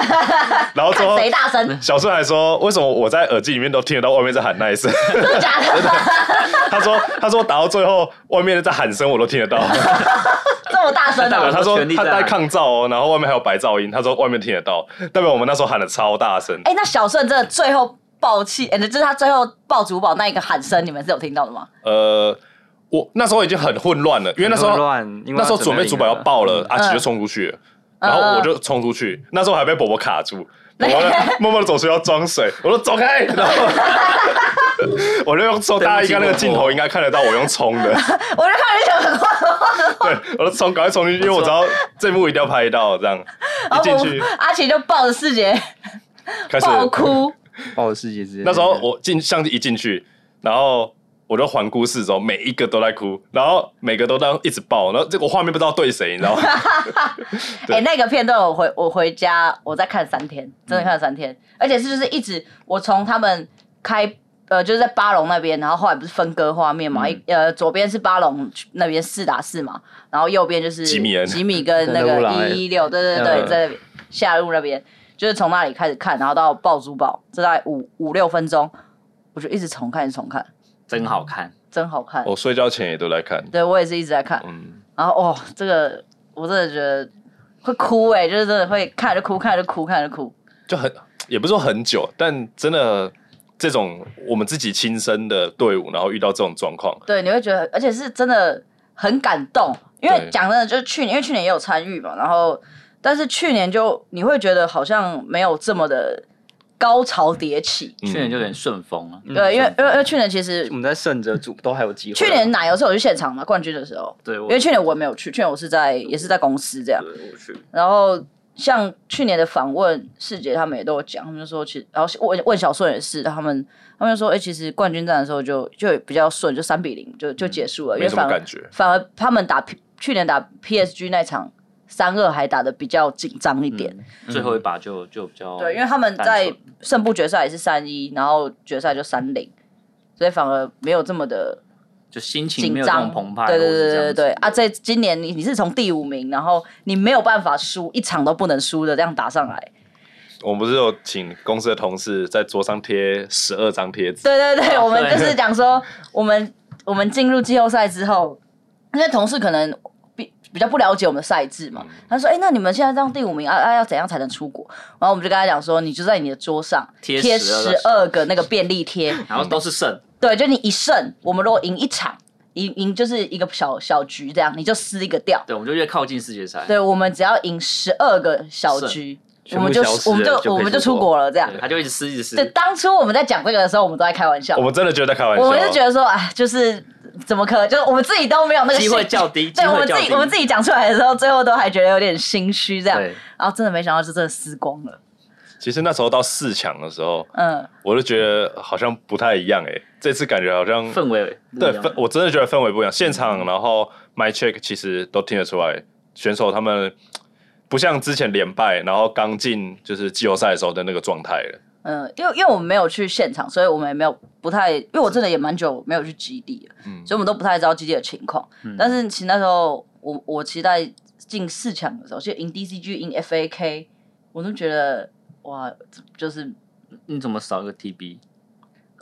Speaker 4: 然后最后
Speaker 1: 谁大声，
Speaker 4: 小顺还说为什么我在耳机里面都听得到外面在喊 nice，
Speaker 1: 真的假的？
Speaker 4: 他说他说打到最后外面在喊声我都听得到，
Speaker 1: 这么大声
Speaker 2: 代
Speaker 4: 对
Speaker 2: 表
Speaker 1: 哦！
Speaker 4: 他说
Speaker 2: 全力
Speaker 4: 他
Speaker 2: 在
Speaker 4: 在
Speaker 2: 喊
Speaker 4: 抗噪哦，然后外面还有白噪音，他说外面听得到，代表我们那时候喊的超大声。
Speaker 1: 哎，那小顺真的最后爆气，哎，就是他最后爆竹宝那一个喊声，你们是有听到的吗？
Speaker 4: 呃，我那时候已经很混乱了，因为那时候
Speaker 3: 很乱，因为
Speaker 4: 那时候准备主板要爆了，阿奇
Speaker 1: 嗯
Speaker 4: 就冲出去了，
Speaker 1: 嗯
Speaker 4: 然后我就冲出去，那时候还被伯伯卡住，伯伯呢 默默的走出去要装水，我说走开，然后我就用冲，大家应该那个镜头应该看得到我用冲 的，
Speaker 1: 我就看人想很慌，
Speaker 4: 对，我就冲，赶快冲进去，因为我知道这幕一定要拍到，这样
Speaker 1: 然
Speaker 4: 一
Speaker 1: 后
Speaker 4: 进去
Speaker 1: 我阿奇就抱着四姐
Speaker 4: 开始
Speaker 1: 爆哭，
Speaker 3: 爆
Speaker 1: 哦
Speaker 3: 的世界之间。
Speaker 4: 那时候我进相机一进去，然后我就环顾四周，每一个都在哭，然后每个都在一直抱，然后这个画面不知道对谁，你知道吗？ 对嗯
Speaker 1: 哎、那个片段我回我回家我再看三天，真的看了三天，而且是就是一直我从他们开呃就是在巴龙那边，然后后来不是分割画面
Speaker 4: 嗯
Speaker 1: 嘛，一呃左边是巴龙那边四打四嘛，然后右边就是
Speaker 4: 吉米恩
Speaker 1: 吉米跟 那
Speaker 3: 跟乌
Speaker 1: 个
Speaker 3: 朗哎
Speaker 1: 一一六，对对对，
Speaker 4: 嗯
Speaker 1: 在那边下路那边，就是从那里开始看，然后到爆珠堡，这大概五五六分钟，我就一直重看一直重看，
Speaker 2: 真好看。
Speaker 1: 真好看，
Speaker 4: 我睡觉前也都在看，
Speaker 1: 对我也是一直在看，
Speaker 4: 嗯，
Speaker 1: 然后哦，这个我真的觉得会哭哎、就是真的会看着哭，看着哭，看着哭。
Speaker 4: 就很也不是说很久，但真的这种我们自己亲身的队伍，然后遇到这种状况，
Speaker 1: 对，你会觉得，而且是真的很感动，因为
Speaker 4: 对
Speaker 1: 讲真的，就是去年，因为去年也有参与嘛，然后但是去年就你会觉得好像没有这么的高潮迭起，
Speaker 4: 嗯
Speaker 2: 去年就有点顺风了，
Speaker 1: 对，因为因为因为去年其实
Speaker 3: 我。们在胜者组都还有机会。
Speaker 1: 去年奶油是有去现场嘛，冠军的时候，
Speaker 2: 对，我
Speaker 1: 因为去年我没有去，去年我是在也是在公司这样，
Speaker 2: 对我去，
Speaker 1: 然后像去年的访问，世杰他们也都有讲，他们就说其实，然后问问小顺也是，他们他们就说，哎、其实冠军战的时候就就比较顺，就三比零就就结束了，因
Speaker 4: 嗯没
Speaker 1: 为
Speaker 4: 什么
Speaker 1: 反而
Speaker 4: 感觉。
Speaker 1: 反而他们打 P- 去年打 PSG 那场三二还打的比较紧张一点，
Speaker 4: 嗯
Speaker 2: 最后一把就就比较
Speaker 1: 对，因为他们在
Speaker 2: 单纯
Speaker 1: 胜部决赛也是三一，然后决赛就三零，所以反而没有这么的
Speaker 2: 就心情没
Speaker 1: 紧
Speaker 2: 有那
Speaker 1: 张
Speaker 2: 么澎湃，
Speaker 1: 对对
Speaker 2: 或
Speaker 1: 对
Speaker 2: 是这样
Speaker 1: 对对
Speaker 2: 子
Speaker 1: 对啊！在今年你你是从第五名，然后你没有办法输一场都不能输的这样打上来。
Speaker 4: 我们不是有请公司的同事在桌上贴十二张贴纸，
Speaker 1: 对对对，我们
Speaker 2: 对
Speaker 1: 就是讲说，我们我们进入季后赛之后，因为同事可能比比较不了解我们的赛制
Speaker 3: 嗯
Speaker 1: 嘛，他说：“哎、那你们现在这样第五名啊啊，要怎样才能出国？”然后我们就跟他讲说：“你就在你的桌上
Speaker 2: 贴
Speaker 1: 贴
Speaker 2: 12
Speaker 1: 十二个那个便利 贴，
Speaker 2: 然后都是胜，
Speaker 1: 对，就你一胜，我们如果赢一场，赢赢就是一个小小局这样，你就撕一个掉。”
Speaker 2: 对，我们就越靠近世界赛，
Speaker 1: 对，我们只要赢十二个小局，我
Speaker 3: 全部
Speaker 1: 们就
Speaker 3: 消失
Speaker 1: 我们
Speaker 3: 了就可以
Speaker 1: 我们就
Speaker 3: 出
Speaker 1: 出
Speaker 3: 国
Speaker 1: 国了。这样
Speaker 2: 对，，他就一直撕一直撕
Speaker 1: 对，，当初我们在讲这个的时候，我们都在开玩笑，
Speaker 4: 我们真的觉得在开玩
Speaker 2: 哦
Speaker 4: 笑。
Speaker 1: 我们就觉得说，哎，就是怎么可能，就是我们自己都没有那个
Speaker 2: 机会
Speaker 1: 兴
Speaker 2: 较低，机
Speaker 1: 对，我
Speaker 2: 会
Speaker 1: 们
Speaker 2: 较
Speaker 1: 自
Speaker 2: 低，
Speaker 1: 己我们自己讲出来的时候，最后都还觉得有点心虚这样，
Speaker 2: 对，
Speaker 1: 然后真的没想到就真的撕光了，
Speaker 4: 其实那时候到四强的时候，
Speaker 1: 嗯，
Speaker 4: 我就觉得好像不太一样哎、这次感觉好像
Speaker 2: 氛围不一
Speaker 4: 对
Speaker 2: 样
Speaker 4: 氛，我真的觉得氛围不一样。现场然后 my check 其实都听得出来，选手他们不像之前连败，然后刚进就是季后赛的时候的那个状态了。
Speaker 1: 嗯，因为因为我们没有去现场，所以我们也没有不太，因为我真的也蛮久没有去基地了，
Speaker 2: 嗯
Speaker 1: 所以我们都不太知道基地的情况。但是其实那时候我我期待进四强的时候，就赢 DCG、赢 FAK，我都觉得哇，就是
Speaker 2: 你怎么少一个 TB？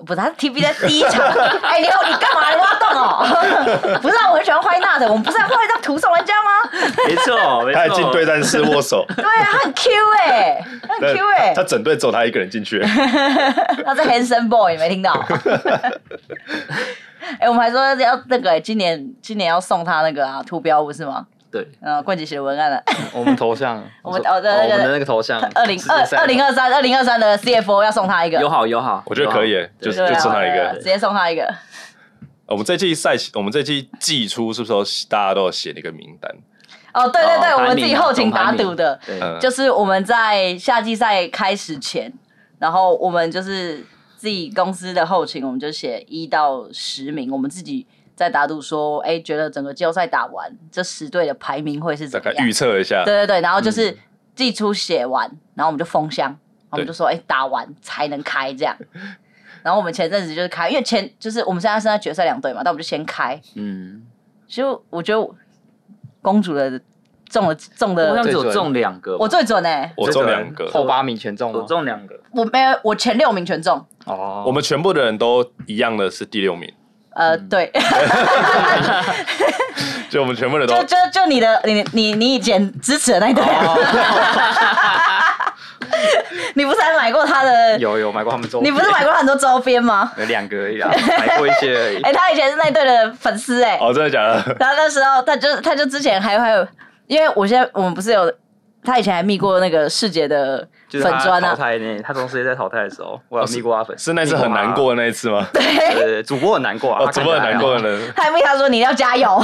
Speaker 1: 不是他 TB 在第一场， 哎、你有你干嘛？你挖洞哦？ 不是、啊，我很喜欢坏娜的，我们不是要画一张图送人家吗？
Speaker 2: 没错，没错，
Speaker 4: 他还进对战室握手，
Speaker 1: 对啊，他很 Q 哎、他很
Speaker 4: 但
Speaker 1: Q 哎、
Speaker 4: 他整队只有他一个人进去。
Speaker 1: 他是 handsome boy，你没听到？哎、我们还说要那个、今年今年要送他那个啊图标不是吗？
Speaker 2: 对，
Speaker 1: 嗯、冠杰写的文案 了，
Speaker 3: 我们头像，
Speaker 1: 我们
Speaker 3: 说
Speaker 1: 哦对对对
Speaker 3: 我们的那个头像，
Speaker 1: 二零二
Speaker 3: 世界赛
Speaker 1: 二零二三二零二三的 CFO 要送他一个，
Speaker 2: 友好友好，
Speaker 4: 我觉得可以
Speaker 2: 友好
Speaker 4: 耶就
Speaker 2: 对
Speaker 1: 对啊
Speaker 4: 就送他一个
Speaker 1: 对啊直接送他一个。
Speaker 4: 我们这季赛，我们这季季初是不是都大家都有写了一个名单？
Speaker 1: 哦，对对对，
Speaker 2: 哦
Speaker 1: 我
Speaker 2: 排
Speaker 1: 们
Speaker 2: 名
Speaker 1: 自
Speaker 4: 啊
Speaker 1: 己后勤打赌的，
Speaker 2: 对，
Speaker 4: 嗯
Speaker 1: 就是我们在夏季赛开始前，然后我们就是自己公司的后勤，我们就写一到十名，我们自己在打赌说，哎，觉得整个季后赛打完，这十队的排名会是
Speaker 4: 大
Speaker 1: 怎么
Speaker 4: 概
Speaker 1: 样
Speaker 4: 预？测一下。
Speaker 1: 对对对，然后就是寄出写完，然后我们就封箱，然后我们
Speaker 4: 对
Speaker 1: 就说，哎、打完才能开这样。然后我们前阵子就是开，因为前就是我们现在是在决赛两队嘛，但我们就先开。
Speaker 2: 嗯，
Speaker 1: 其实我觉得我公主的中了中
Speaker 2: 我好像
Speaker 1: 的
Speaker 2: 只有中两个，
Speaker 1: 啊我最准哎、
Speaker 4: 我中两个，
Speaker 3: 后八名全中
Speaker 2: 我
Speaker 3: 吗？
Speaker 2: 中两个，
Speaker 1: 我没有我前六名全中，
Speaker 3: 哦，
Speaker 4: 我们全部的人都一样的是第六名，
Speaker 1: 呃，
Speaker 3: 嗯
Speaker 1: 对，
Speaker 4: 就我们全部人都
Speaker 1: 就就就你的你你你以前支持的那一队， 你不是还买过他的？
Speaker 3: 哦有有买过他们周边，
Speaker 1: 你不是买过很多周边吗？
Speaker 3: 有两个而已啦，买过一些而已。
Speaker 1: 哎、他以前是那一队的粉丝哎、
Speaker 4: 哦，真的假的？
Speaker 1: 然后那时候他就他就之前还还有，因为我现在我们不是有他以前还密过那个世杰的
Speaker 3: 就是
Speaker 1: 粉
Speaker 3: 他
Speaker 1: 砖
Speaker 3: 淘
Speaker 1: 啊，
Speaker 3: 汰那，他从世界赛淘汰的时候，我有密过他粉，
Speaker 4: 哦是那次很难过的那一次吗？
Speaker 3: 密过他。呃，主播很难过啊，
Speaker 4: 哦，怎么很难过
Speaker 3: 呢？
Speaker 4: 呢？
Speaker 1: 他还密他说你要加油，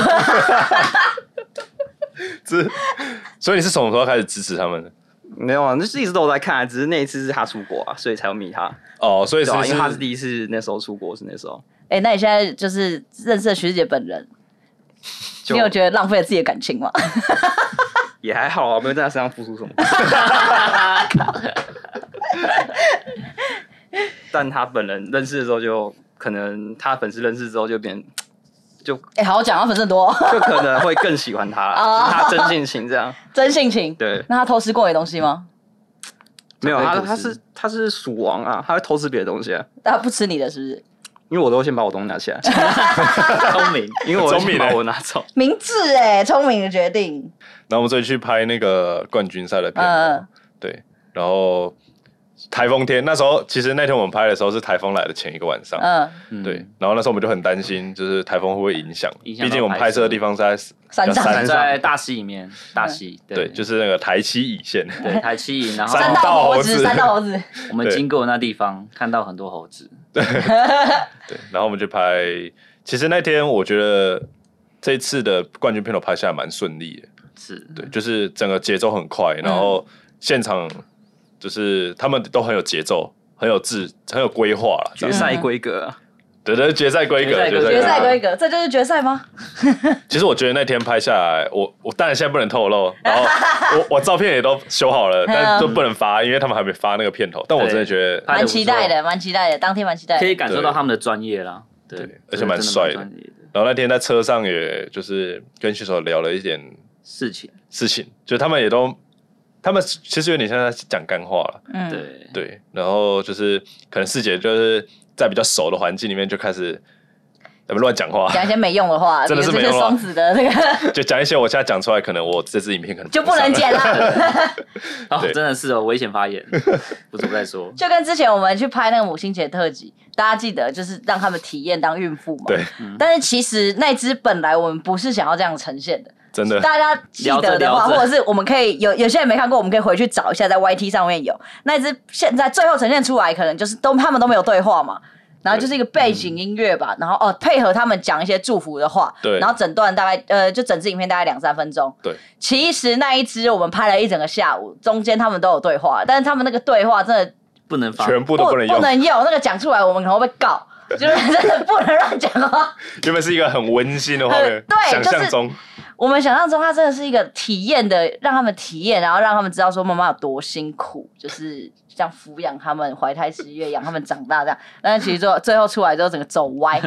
Speaker 4: 是，所以你是什么时候开始支持他们的？
Speaker 3: 没有啊，那是一直都有在看啊，只是那一次是他出国啊，所以才有密他。
Speaker 4: 哦，所以
Speaker 3: 对
Speaker 4: 是
Speaker 3: 啊，因为他是第一次那时候出国是那时候，
Speaker 1: 哎、那你现在就是认识了徐姐本人，
Speaker 3: 就
Speaker 1: 你有觉得浪费了自己的感情吗？
Speaker 3: 也还好啊，没有在他身上付出什么。 但他本人认识的时候就，可能他粉丝认识之后就变，
Speaker 1: 哎、好好讲，他粉丝很多，
Speaker 3: 就可能会更喜欢他
Speaker 1: 哦
Speaker 3: 啦，就是他真性情这样。
Speaker 1: 真性情。
Speaker 3: 对，
Speaker 1: 那他偷吃过你的东西吗？
Speaker 3: 没有
Speaker 2: 会
Speaker 3: 他
Speaker 2: 吐
Speaker 3: 他
Speaker 2: 司
Speaker 3: 是他是鼠王啊，他会偷吃别的东西啊，
Speaker 1: 他不吃你的是不是？
Speaker 3: 因为我都先把我东西拿 起来，
Speaker 2: 聪明，
Speaker 3: 因为我会
Speaker 4: 聪明
Speaker 3: 先把
Speaker 4: 欸
Speaker 3: 我拿走。
Speaker 1: 明智哎、聪明的决定。
Speaker 4: 然后我们所以去拍那个冠军赛的片，
Speaker 1: 嗯嗯
Speaker 4: 对，然后台风天那时候，其实那天我们拍的时候是台风来的前一个晚上，
Speaker 1: 嗯，
Speaker 2: 嗯
Speaker 4: 对，然后那时候我们就很担心，就是台风会不会影响，
Speaker 2: 影响到
Speaker 4: 毕竟我们拍摄的地方是在
Speaker 1: 山上
Speaker 4: 比较
Speaker 3: 山上
Speaker 2: 在大溪里面，大溪
Speaker 4: 对，就是是那个台七乙线，
Speaker 2: 对台七营，然后
Speaker 1: 三
Speaker 4: 山
Speaker 1: 道
Speaker 4: 道
Speaker 1: 猴
Speaker 4: 猴
Speaker 1: 子，
Speaker 4: 子
Speaker 1: 三道猴子。
Speaker 2: 我们
Speaker 4: 对
Speaker 2: 经过那地方，看到很多猴子，
Speaker 4: 对，然后我们就拍。其实那天我觉得这次的冠军片头拍下来蛮顺利的，
Speaker 2: 是
Speaker 4: 对，就是整个节奏很快，然后
Speaker 2: 嗯
Speaker 4: 现场就是他们都很有节奏，很有制，很有规划了。这
Speaker 3: 决
Speaker 4: 样
Speaker 3: 赛规格啊，
Speaker 4: 对对，决赛规格，啊
Speaker 2: 决赛规格
Speaker 1: 决
Speaker 4: 规
Speaker 1: 赛规格，这就是决赛吗？
Speaker 4: 其实我觉得那天拍下来，我我当然现在不能透露，然 后我我照片也都修好了，
Speaker 2: 嗯
Speaker 4: 但都不能发，因为他们还没发那个片头。但我真的觉得，
Speaker 2: 拍得
Speaker 1: 蛮
Speaker 2: 不错
Speaker 1: 期待的，蛮期待的，当天蛮期待
Speaker 2: 可以
Speaker 1: 的。
Speaker 2: 感受到他们的专业啦。对
Speaker 4: 对，而且蛮帅
Speaker 2: 真
Speaker 4: 的
Speaker 2: 专业
Speaker 4: 然后那天在车上，也就是跟选手聊了一点
Speaker 2: 事情。
Speaker 4: 事情，就他们也都，他们其实有点像在讲干话了，
Speaker 1: 嗯，
Speaker 2: 对，
Speaker 4: 对。然后就是可能师姐就是在比较熟的环境里面就开始。咱们乱讲话，
Speaker 1: 讲一些没用的话，
Speaker 4: 真的是
Speaker 1: 比如这
Speaker 4: 没
Speaker 1: 些
Speaker 4: 用啊
Speaker 1: 双子的那个
Speaker 4: 就讲一些我现在讲出来，可能我这支影片可能
Speaker 1: 就不能
Speaker 4: 上了
Speaker 1: 剪了。
Speaker 2: 哦，
Speaker 4: 对
Speaker 2: 真的是哦，危险发言，不是不再说。
Speaker 1: 就跟之前我们去拍那个母亲节特辑，大家记得就是让他们体验当孕妇嘛。
Speaker 4: 对，
Speaker 1: 但是其实那只本来我们不是想要这样呈现的，
Speaker 4: 真的，
Speaker 1: 大家记得的话，
Speaker 2: 聊着聊着
Speaker 1: 或者是我们可以有有些人没看过，我们可以回去找一下，在 YT 上面有那只现在最后呈现出来，可能就是都他们都没有对话嘛。然后就是一个背景音乐吧，然后哦配合他们讲一些祝福的话，
Speaker 4: 对
Speaker 1: 然后整段大概呃就整支影片大概两三分钟，
Speaker 4: 对，
Speaker 1: 其实那一支我们拍了一整个下午，中间他们都有对话，但是他们那个对话真的
Speaker 2: 不能发，
Speaker 4: 全部都
Speaker 1: 不
Speaker 4: 不能用。
Speaker 1: 能用，那个讲出来我们可能会被告，就是真的不能乱讲话。
Speaker 4: 原本是一个很温馨的画面
Speaker 1: 很，呃对
Speaker 4: 想象中，
Speaker 1: 我们想象中，它真的是一个体验的，让他们体验，然后让他们知道说妈妈有多辛苦，就是像抚养他们、怀胎十月、养他们长大这样。但是其实最后最后出来之后，整个走 歪。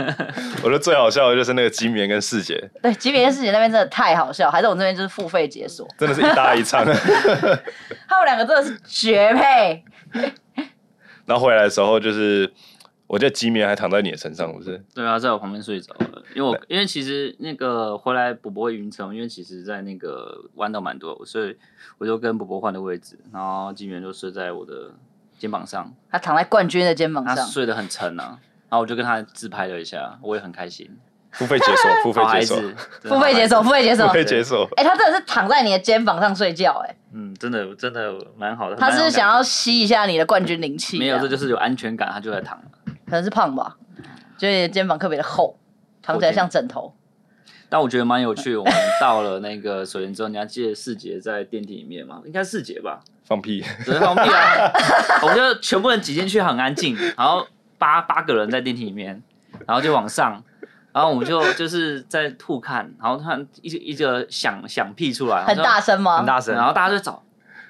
Speaker 4: 我觉得最好笑的就是那个金棉跟世杰，
Speaker 1: 对，级别事情那边真的太好笑，还是我们这边就是付费解锁，
Speaker 4: 真的是一搭 一唱。
Speaker 1: 他们两个真的是绝配。
Speaker 4: 然后回来的时候，就是我觉得金棉还躺在你的身上，不是？
Speaker 2: 对啊，在我旁边睡着了，因为我因为其实那个回来伯伯会晕车，因为其实在那个弯道蛮多，所以我就跟伯伯换的位置，然后金源就睡在我的肩膀上，
Speaker 1: 他躺在冠军的肩膀
Speaker 2: 他
Speaker 1: 上，
Speaker 2: 睡得很沉啊，然后我就跟他自拍了一下，我也很开心，
Speaker 4: 付费解锁，付 费
Speaker 2: 好孩
Speaker 4: 解
Speaker 2: 子
Speaker 4: 锁，，
Speaker 2: 真的
Speaker 1: 付
Speaker 2: 好孩
Speaker 1: 费
Speaker 2: 子
Speaker 1: 解锁，，付费解锁
Speaker 4: 付。费解锁。
Speaker 1: 哎、他真的是躺在你的肩膀上睡觉、哎，
Speaker 2: 嗯，真的真的蛮好的，
Speaker 1: 他是不是想
Speaker 2: 蛮有
Speaker 1: 要吸一下你的冠军灵气啊。
Speaker 2: 感没有，这就是有安全感，他就来躺了。
Speaker 1: 可能是胖吧，就是你的肩膀特别的厚，躺起来像枕头。
Speaker 2: 但我觉得蛮有趣，我们到了那个水源之后，你还记得世杰在电梯里面吗？应该是世杰吧，
Speaker 4: 放屁，
Speaker 2: 只是放屁啊！我们就全部人挤进去，很安静，然后八八个人在电梯里面，然后就往上，然后我们就就是在互看，然后突然一一个响响屁出来，
Speaker 1: 很大声吗？
Speaker 3: 很大声
Speaker 2: 然后大家就找，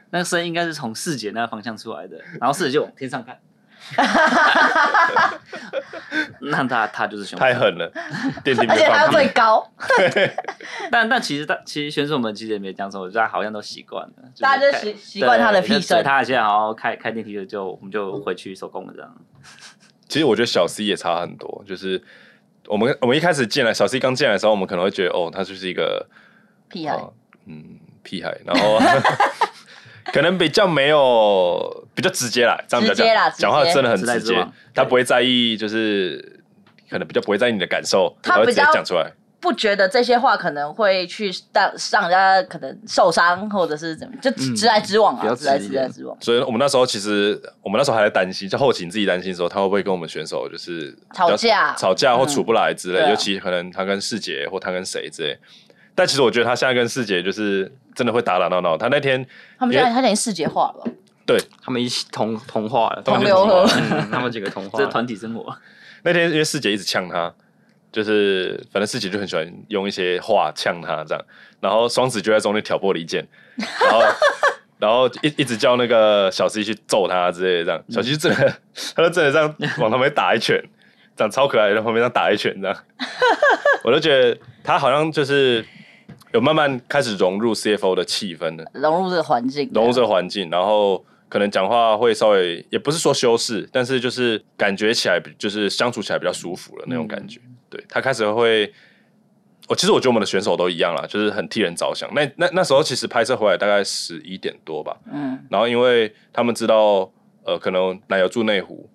Speaker 2: 那个声音应该是从四姐那个方向出来的，然后四姐就往天 上看。那他他就是凶手，
Speaker 4: 太狠了，电梯里
Speaker 1: 而且
Speaker 4: 面
Speaker 1: 还要
Speaker 4: 放
Speaker 1: 最
Speaker 4: 屁。
Speaker 1: 高，
Speaker 2: 但但其实他其实选手们其实也没讲什么，大家好像都习惯了，是
Speaker 1: 大家就习
Speaker 2: 开
Speaker 1: 习惯他的屁
Speaker 2: 对就
Speaker 1: 声
Speaker 2: 怼他一下，然后开开电梯就就我们就回去收工了这样。
Speaker 4: 其实我觉得小 C 也差很多，就是我们我们一开始进来，小 C 刚进来的时候，我们可能会觉得哦，他就是一个
Speaker 1: 屁啊孩。
Speaker 4: 哦嗯屁孩，然后 可能比较没有比较直接啦，这样比较
Speaker 1: 直接啦
Speaker 4: 讲讲话
Speaker 1: 直接
Speaker 4: 真的很
Speaker 2: 直来
Speaker 4: 直
Speaker 2: 直
Speaker 4: 接
Speaker 2: 往，
Speaker 4: 他不会在意就是可能比较不会在意你的感受，
Speaker 1: 他
Speaker 4: 会
Speaker 1: 比
Speaker 4: 直接
Speaker 1: 较
Speaker 4: 讲出来。
Speaker 1: 不觉得这些话可能会去让让人家可能受伤，或者是怎么，就直直来直往
Speaker 3: 比
Speaker 1: 啊，
Speaker 3: 较
Speaker 1: 直来
Speaker 3: 直一
Speaker 1: 直
Speaker 3: 点
Speaker 1: 来直往，
Speaker 4: 所以我们那时候其实我们那时候还在担心，就后勤自己担心说他会不会跟我们选手就是
Speaker 1: 吵架
Speaker 4: 吵架或处不来之类，
Speaker 1: 对啊
Speaker 4: 尤其可能他跟世杰或他跟谁之类。但其实我觉得他现在跟世杰就是真的会打打闹闹。他那天
Speaker 1: 他们现
Speaker 4: 因
Speaker 1: 在
Speaker 4: 为
Speaker 1: 他等于视觉化了吧，
Speaker 3: 他们一起同同化了，
Speaker 1: 同流合
Speaker 3: 嗯，他们几个同化
Speaker 2: 这
Speaker 3: 了，
Speaker 2: 是团体生 活，
Speaker 4: 那天因为师姐一直呛他，就是反正师姐就很喜欢用一些话呛他这样，然后双子就在中间挑拨离间，然后然后一一直叫那个小 C 去揍他之类的这样，小 C 就真的、 他就真的这样往旁边打一拳，这样超可爱的，在旁边这样打一拳这样，我就觉得他好像就是有慢慢开始融入 CFO 的气氛了。
Speaker 1: 融入这个环境，啊
Speaker 4: 融入这个环境，然后可能讲话会稍微也不是说修饰，但是就是感觉起来比就是相处起来比较舒服了那种感觉。对他开始会，我、其实我觉得我们的选手都一样啦，就是很替人着想。那那那时候其实拍摄回来大概十一点多吧，
Speaker 1: 嗯，
Speaker 4: 然后因为他们知道呃可能奶油住内湖，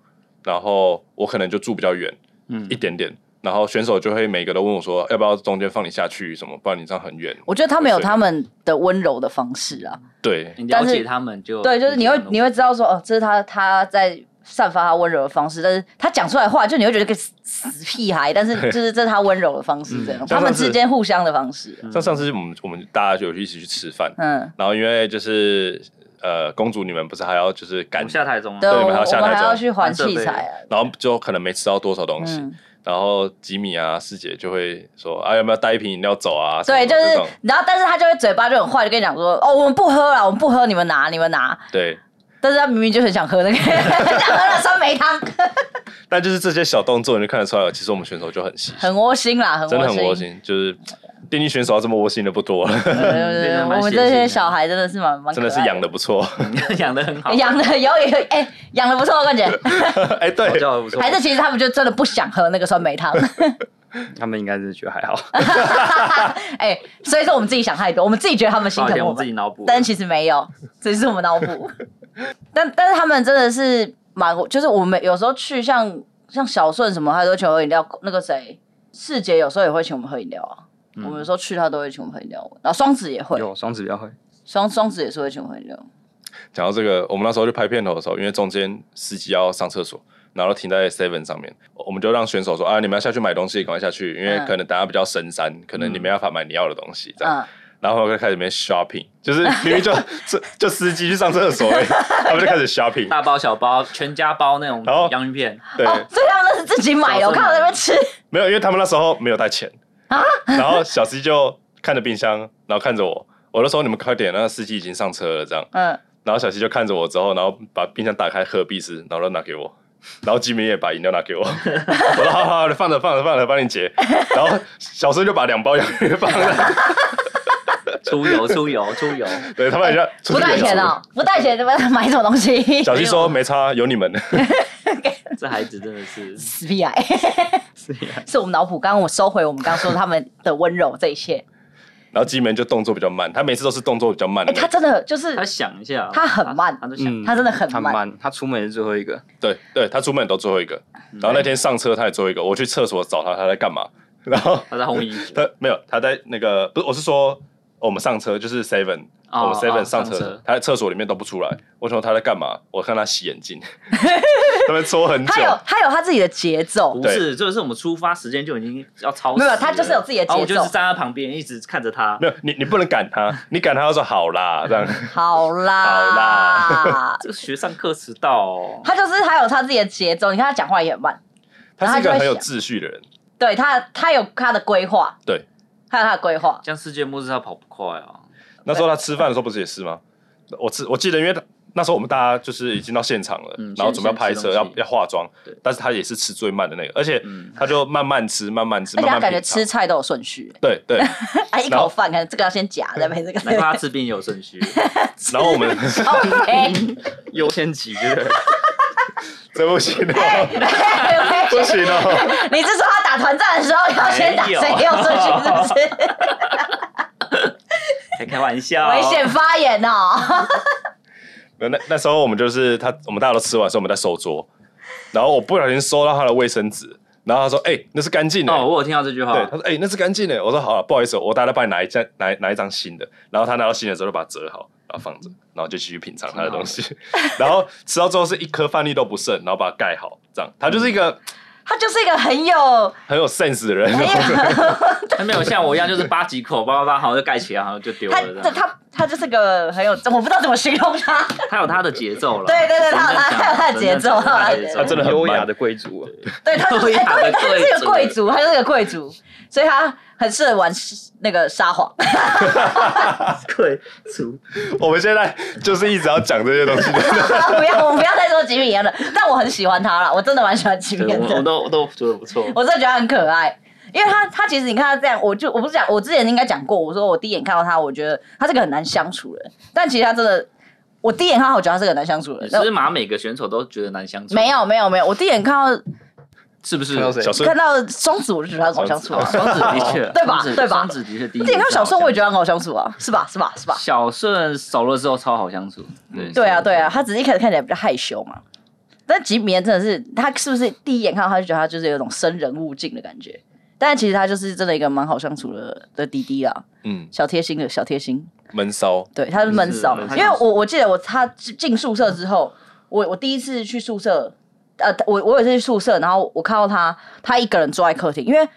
Speaker 4: 然后我可能就住比较远，
Speaker 2: 嗯
Speaker 4: 一，点点。然后选手就会每个都问我说，要不要中间放你下去什么？不然你这样很远。
Speaker 1: 我觉得他们有
Speaker 4: 所以
Speaker 1: 他们的温柔的方式啊，
Speaker 4: 对，
Speaker 2: 你
Speaker 1: 但
Speaker 2: 了
Speaker 1: 是
Speaker 2: 解他们就
Speaker 1: 对，就是你会你会知道说，哦，这是他他在散发他温柔的方式，但是他讲出来的话，就你会觉得个死死屁孩，但是就是这是他温柔的方式，这样，他们之间互相的方式，
Speaker 4: 像上次我们我们大家就有一起去吃饭，
Speaker 1: 嗯，
Speaker 4: 然后因为就是呃，公主你们不是还要就是
Speaker 2: 我
Speaker 4: 赶
Speaker 2: 们，下台中啊
Speaker 1: 对，我
Speaker 4: 对你
Speaker 1: 们
Speaker 4: 们还要下
Speaker 1: 我们
Speaker 4: 台
Speaker 1: 还要
Speaker 4: 中
Speaker 1: 去还
Speaker 2: 换设
Speaker 1: 器
Speaker 2: 备
Speaker 1: 材啊，
Speaker 4: 然后就可能没吃到多少东西，
Speaker 1: 嗯，
Speaker 4: 然后吉米啊、师姐就会说啊，要不要带一瓶饮料走啊？什么
Speaker 1: 对，
Speaker 4: 的
Speaker 1: 就
Speaker 4: 这
Speaker 1: 是
Speaker 4: 种，
Speaker 1: 然后但是他就会嘴巴就很坏，就跟你讲说，哦，我们不喝了，我们不喝，你们拿，你们拿。
Speaker 4: 对。
Speaker 1: 但是他明明就很想喝那个， 很想喝那酸梅汤，
Speaker 4: 但就是这些小动作，你就看得出来，其实我们选手就很 细心，
Speaker 1: 很窝心啦，很
Speaker 4: 真的
Speaker 1: 窝
Speaker 4: 很窝心。就是电竞选手要这么窝心的不多了，
Speaker 1: 对对对，我们这些小孩真的是蛮蛮可
Speaker 4: 真
Speaker 1: 爱
Speaker 4: 的是养的不错。
Speaker 2: 养的很好，
Speaker 1: 养的 有也哎养的不错， 冠姐。
Speaker 4: 哎，对
Speaker 3: 我，叫的不错
Speaker 1: 还，是其实他们就真的不想喝那个酸梅汤，
Speaker 3: 他们应该是觉得还好。
Speaker 1: 哎、所以说我们自己想太多，我们自己觉得他们心
Speaker 2: 抱
Speaker 1: 疼
Speaker 2: 歉，
Speaker 1: 我
Speaker 2: 我自
Speaker 1: 们，
Speaker 2: 己
Speaker 3: 啊
Speaker 2: 脑补了。
Speaker 1: 但其实没有，只是我们脑补。 但但是他们真的是蛮，就是我们有时候去像像小顺什么，他都请我喝饮料。那个谁，世杰有时候也会请我们喝饮料啊。我们有时候去他都会请我们喝饮料，然后双子也会，
Speaker 3: 有双子比较会，
Speaker 1: 双双子也是会请我们喝饮料。
Speaker 4: 讲到这个，我们那时候去拍片头的时候，因为中间司机要上厕所，然后停在 Seven 上面，我们就让选手说啊，你们要下去买东西，赶快下去，因为
Speaker 1: 嗯
Speaker 4: 可能等下比较深山，可能你没办法买你要的东西，这样。
Speaker 1: 嗯，
Speaker 4: 然后就开始里面 shopping，就是明明就 就就司机去上厕所而已，他们就开始 shopping，
Speaker 2: 大包小包，全家包那种
Speaker 4: 然后
Speaker 2: 洋芋片，
Speaker 4: 对，
Speaker 1: 哦，所以他们那是自己买的，我看我在那边吃，
Speaker 4: 没有，因为他们那时候没有带钱
Speaker 1: 啊
Speaker 4: 然后小司机就看着冰箱，然后看着我，我就说你们快点，那司机已经上车了，这样。
Speaker 1: 嗯，
Speaker 4: 然后小西就看着我之后，然后把冰箱打开喝必斯，然后就拿给我。然后吉米也把饮料拿给我，我说好好好，放着放着放着，帮你结。然后小孙就把两包洋芋放了，
Speaker 2: 出游出游出游，
Speaker 4: 对他们一下
Speaker 1: 不带钱哦，不带钱怎么买什么东西？
Speaker 4: 小西说没差，有你们。
Speaker 2: 这孩子真的是
Speaker 1: 死屁癌。
Speaker 2: 是呀，
Speaker 1: 是我们脑补。刚刚我收回我们刚刚说他们的温柔这一切。
Speaker 4: 然后吉米就动作比较慢，他每次都是动作比较慢
Speaker 1: 哎、
Speaker 4: 的。
Speaker 1: 他真的就是
Speaker 2: 他想一下，
Speaker 1: 他很慢
Speaker 2: 他就想，
Speaker 1: 嗯他真的很
Speaker 3: 嗯他
Speaker 1: 慢
Speaker 3: 慢，他出门也是最后一个。
Speaker 4: 对对，他出门都最后一个。然后那天上车他也最后一个，我去厕所找他，他在干嘛？然后
Speaker 2: 他在烘衣服，
Speaker 4: 他没有，他在那个不是，我是说我们上车就是 seven，、
Speaker 2: 哦
Speaker 4: 我们 seven
Speaker 2: 哦
Speaker 4: 上
Speaker 2: 上
Speaker 4: 车，
Speaker 2: 车
Speaker 4: 他在厕所里面都不出来。我想说他在干嘛？我看他洗 眼睛，他们搓很久
Speaker 1: 他。有他有他自己的节奏，
Speaker 2: 不是，这是我们出发时间就已经要超时了啊
Speaker 1: 没有他就是有自己的节奏
Speaker 2: 然后我就是站在旁边一直看着他，
Speaker 4: 没有你，你不能赶他，你赶他要说好啦这样。
Speaker 1: 好啦，
Speaker 2: 这个学上课迟到哦，
Speaker 1: 他就是他有他自己的节奏。你看他讲话也很慢， 然
Speaker 4: 他
Speaker 1: 后他
Speaker 4: 是一
Speaker 1: 就
Speaker 4: 个
Speaker 1: 会
Speaker 4: 很有
Speaker 1: 想
Speaker 4: 秩序的人，
Speaker 1: 对他他有他的规划，
Speaker 4: 对。
Speaker 1: 他有他的规划。
Speaker 2: 这样世界末日他跑不快啊。
Speaker 4: 那时候他吃饭的时候不是也是吗？我吃，我记得因为他那时候我们大家就是已经到现场了，
Speaker 2: 嗯
Speaker 4: 然后准备要拍
Speaker 2: 先
Speaker 4: 摄，
Speaker 2: 先吃
Speaker 4: 要
Speaker 2: 东西
Speaker 4: 要化妆
Speaker 2: 对，
Speaker 4: 但是他也是吃最慢的那个，而且他就慢慢吃，慢慢吃，
Speaker 1: 嗯而
Speaker 4: 慢
Speaker 1: 且他
Speaker 4: 慢
Speaker 1: 感觉
Speaker 4: 品尝
Speaker 1: 吃菜都有顺序，
Speaker 4: 对对，
Speaker 1: 他一口饭，看这个要先夹，再配这个。
Speaker 2: 难怪他吃冰也有 顺序，
Speaker 4: 然后我们
Speaker 1: OK，
Speaker 3: 优先级对不对？
Speaker 4: 这 不行哦，不行哦。
Speaker 1: 哎你是说他打团战的时候要先打谁有顺序，是不是？
Speaker 2: 开开玩笑，
Speaker 1: 危险发言哦。
Speaker 4: 那那那时候我们就是他，我们大家都吃完之后我们在收桌，然后我不小心收到他的卫生纸，然后他说：“哎、那是干净的。
Speaker 2: 哦，我有听到这句话，
Speaker 4: 对，他说：“哎、那是干净的。”我说：“好了，啊不好意思，我大概帮你拿一张拿拿一张新的。”然后他拿到新的时候就把它折好，然后放着，然后就继续品尝他的东西。 然后吃到最后是一颗饭粒都不剩，然后把它盖好，这样。他就是一个
Speaker 1: 他就是一个很有
Speaker 4: 很有 sense 的人。
Speaker 1: 很有，
Speaker 2: 他没有像我一样就是扒几口，叭叭叭，好像就盖起来，好像就丢
Speaker 1: 他
Speaker 2: 了这
Speaker 1: 他
Speaker 2: 样。
Speaker 1: 他他就是个很有，我不知道怎么形容他。
Speaker 2: 他有他的节奏了，
Speaker 1: 对对对他有他
Speaker 2: 真讲
Speaker 1: 他有他的节奏啊他有他的
Speaker 2: 真讲
Speaker 1: 节奏
Speaker 2: 他
Speaker 4: 他真的很慢
Speaker 3: 优雅的贵族啊，
Speaker 1: 对，他就是
Speaker 2: 优雅的
Speaker 1: 哎对，他是
Speaker 2: 贵
Speaker 1: 个
Speaker 2: 族
Speaker 1: 贵族，他就是个贵族，所以他很适合玩那个撒谎。
Speaker 2: 贵族，
Speaker 4: 我们现在就是一直要讲这 些东西的。
Speaker 1: 不要，我们不要再说吉米岩了。但我很喜欢他了，我真的蛮喜欢吉
Speaker 2: 对
Speaker 1: 米岩
Speaker 2: 我我
Speaker 1: 的，
Speaker 2: 都我都觉得不错。
Speaker 1: 我真的觉得他很可爱。因为他，他其实你看他这样，我就我不是讲，我之前应该讲过，我说我第一眼看到他，我觉得他是个很难相处的人。但其实他真的，我第一眼看到，我觉得他是个很难相处的人。
Speaker 2: 是不是马每个选手都觉得难相处？
Speaker 1: 没，有没有没有，我第一眼看到
Speaker 2: 是不是？
Speaker 3: 看到谁
Speaker 4: 小孙
Speaker 1: 看到双子，我就觉得他好相处啊。
Speaker 2: 双子的确，
Speaker 1: 对吧
Speaker 2: 双子
Speaker 1: 对吧
Speaker 2: 双子的确第一。
Speaker 1: 第一眼看到小顺，我也觉得很好相处啊，是吧？是吧？是吧？
Speaker 2: 小顺熟了之后超好相处，对
Speaker 1: 对啊，对啊，他只是一开始看起来比较害羞嘛。但吉米真的是，他是不是第一眼看到他就觉得他就是有一种生人勿近的感觉？但其实他就是真的一个蛮好相处的的弟弟啊，
Speaker 4: 嗯，
Speaker 1: 小贴心的小贴心。
Speaker 4: 闷骚。
Speaker 1: 对，他是闷骚，
Speaker 2: 是
Speaker 1: 因为我我记得我他进宿舍之后，我我第一次去宿舍，呃，我我有一次去宿舍，然后我看到他，他一个人坐在客厅，因为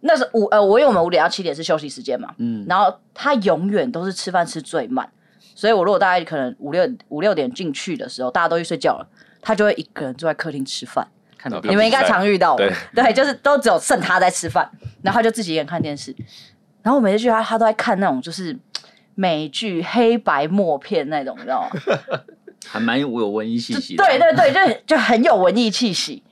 Speaker 1: 那是五呃，我因为我们五点到七点是休息时间嘛，嗯，然后他永远都是吃饭吃最慢，所以我如果大概可能五六五六点进去的时候，大家都去睡觉了，他就会一个人坐在客厅吃饭。
Speaker 2: 看到
Speaker 4: 啊不
Speaker 1: 你们应该常遇到我
Speaker 4: 对，
Speaker 1: 对，就是都只有剩他在吃 饭，然后他就自己一个人看电视。然后我每次去他，他都在看那种就是美剧黑白默片那种，你知 道吗？
Speaker 2: 还蛮有我有文艺气息的。
Speaker 1: 对，对对，就就很有文艺气息，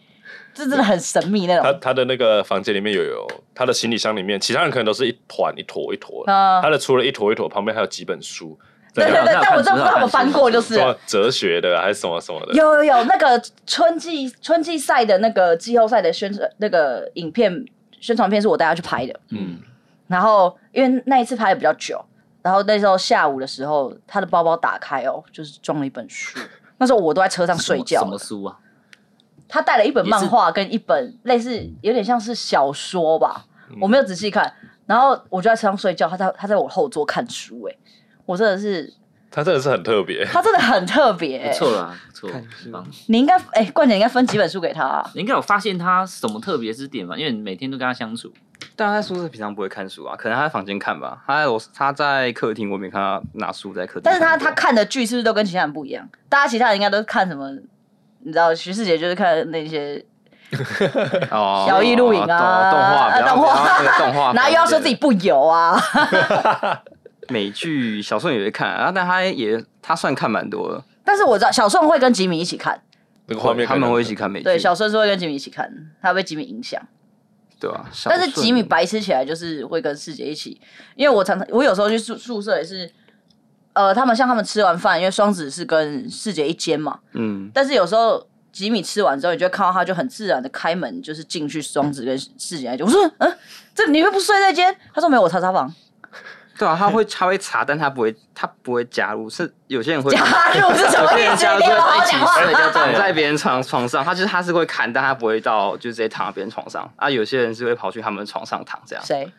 Speaker 1: 这真的很神秘那
Speaker 4: 他
Speaker 1: 种。
Speaker 4: 他的那个房间里面有有他的行李箱里面，其他人可能都是一团一坨一坨，
Speaker 1: 嗯
Speaker 4: 他的除了一坨一坨，旁边还有几本书，
Speaker 1: 对对
Speaker 2: 对
Speaker 1: 对，
Speaker 2: 那
Speaker 1: 但我
Speaker 2: 看
Speaker 4: 啊
Speaker 1: 真的不知道
Speaker 2: 书
Speaker 1: 我
Speaker 2: 看
Speaker 1: 翻
Speaker 2: 书
Speaker 1: 过
Speaker 2: 看
Speaker 1: 就
Speaker 2: 书
Speaker 1: 是
Speaker 4: 什
Speaker 1: 了
Speaker 4: 么哲学的啊还是什么什么的，
Speaker 1: 有有有，那个春季春季赛的那个季后赛的宣传那个影片宣传片是我带他去拍的，
Speaker 2: 嗯，
Speaker 1: 然后因为那一次拍的比较久，然后那时候下午的时候，他的包包打开哦，就是装了一本 书。那时候我都在车上睡觉
Speaker 2: 什
Speaker 1: 了
Speaker 2: 么书啊？
Speaker 1: 他带了一本
Speaker 2: 也是
Speaker 1: 漫画跟一本类似有点像是小说吧，
Speaker 2: 嗯
Speaker 1: 我没有仔细看。然后我就在车上睡觉，他在他在我后座看书、哎，我真的是
Speaker 4: 他真的是很特别。
Speaker 1: 他真的很特别、哎
Speaker 2: 不错啦，不错，
Speaker 3: 看
Speaker 2: 很棒。
Speaker 1: 你应该哎、冠姐应该分几本书给他、啊，
Speaker 2: 你应该有发现他什么特别之点吧？因为你每天都跟他相处，
Speaker 3: 但他在宿舍平常不会看书啊，可能他在房间看吧。他在我他在客厅，我没看他拿书在客厅看过。
Speaker 1: 但是他他看的剧是不是都跟其他人不一样？大家其他人应该都是看什么？你知道徐世杰就是看那些
Speaker 3: 哦，
Speaker 1: 摇曳露营啊
Speaker 3: 动动画，
Speaker 1: 啊
Speaker 3: 不要
Speaker 1: 动画
Speaker 3: 不要那个 动画，
Speaker 1: 然后又要说自己不油啊，
Speaker 3: 美剧，小顺也会看，然后但他也他算看蛮多的，
Speaker 1: 但是我知道小宋会跟吉米一起看，
Speaker 4: 那个画面
Speaker 3: 他
Speaker 4: 感觉
Speaker 3: 们
Speaker 4: 很
Speaker 3: 会一起看美剧，
Speaker 1: 对，小宋是会跟吉米一起看，他被吉米影响。
Speaker 3: 对啊。小
Speaker 1: 但
Speaker 3: 顺
Speaker 1: 是吉米白痴起来就是会跟世杰一起，因为我常常我有时候去宿宿舍也是，呃，他们像他们吃完饭，因为双子是跟世杰一间嘛，
Speaker 3: 嗯，
Speaker 1: 但是有时候吉米吃完之后，你就会看到他就很自然的开门，就是进去双子跟世杰那间。我说，嗯，这你会不睡这间？他说没有，我查查房。
Speaker 3: 对啊，他会他会查，但他不会他不会加入，是有 些人会
Speaker 1: 加入是什
Speaker 3: 有
Speaker 1: 么意
Speaker 3: 些人
Speaker 1: 思？
Speaker 3: 加入
Speaker 1: 你
Speaker 3: 就
Speaker 1: 有好
Speaker 3: 会
Speaker 1: 好
Speaker 3: 一起
Speaker 1: 讲话。
Speaker 3: 睡，就躺在别人床床上，他就是他是会看，但他不会到就直接躺在别人床上啊。有些人是会跑去他们床上躺这样，
Speaker 1: 谁？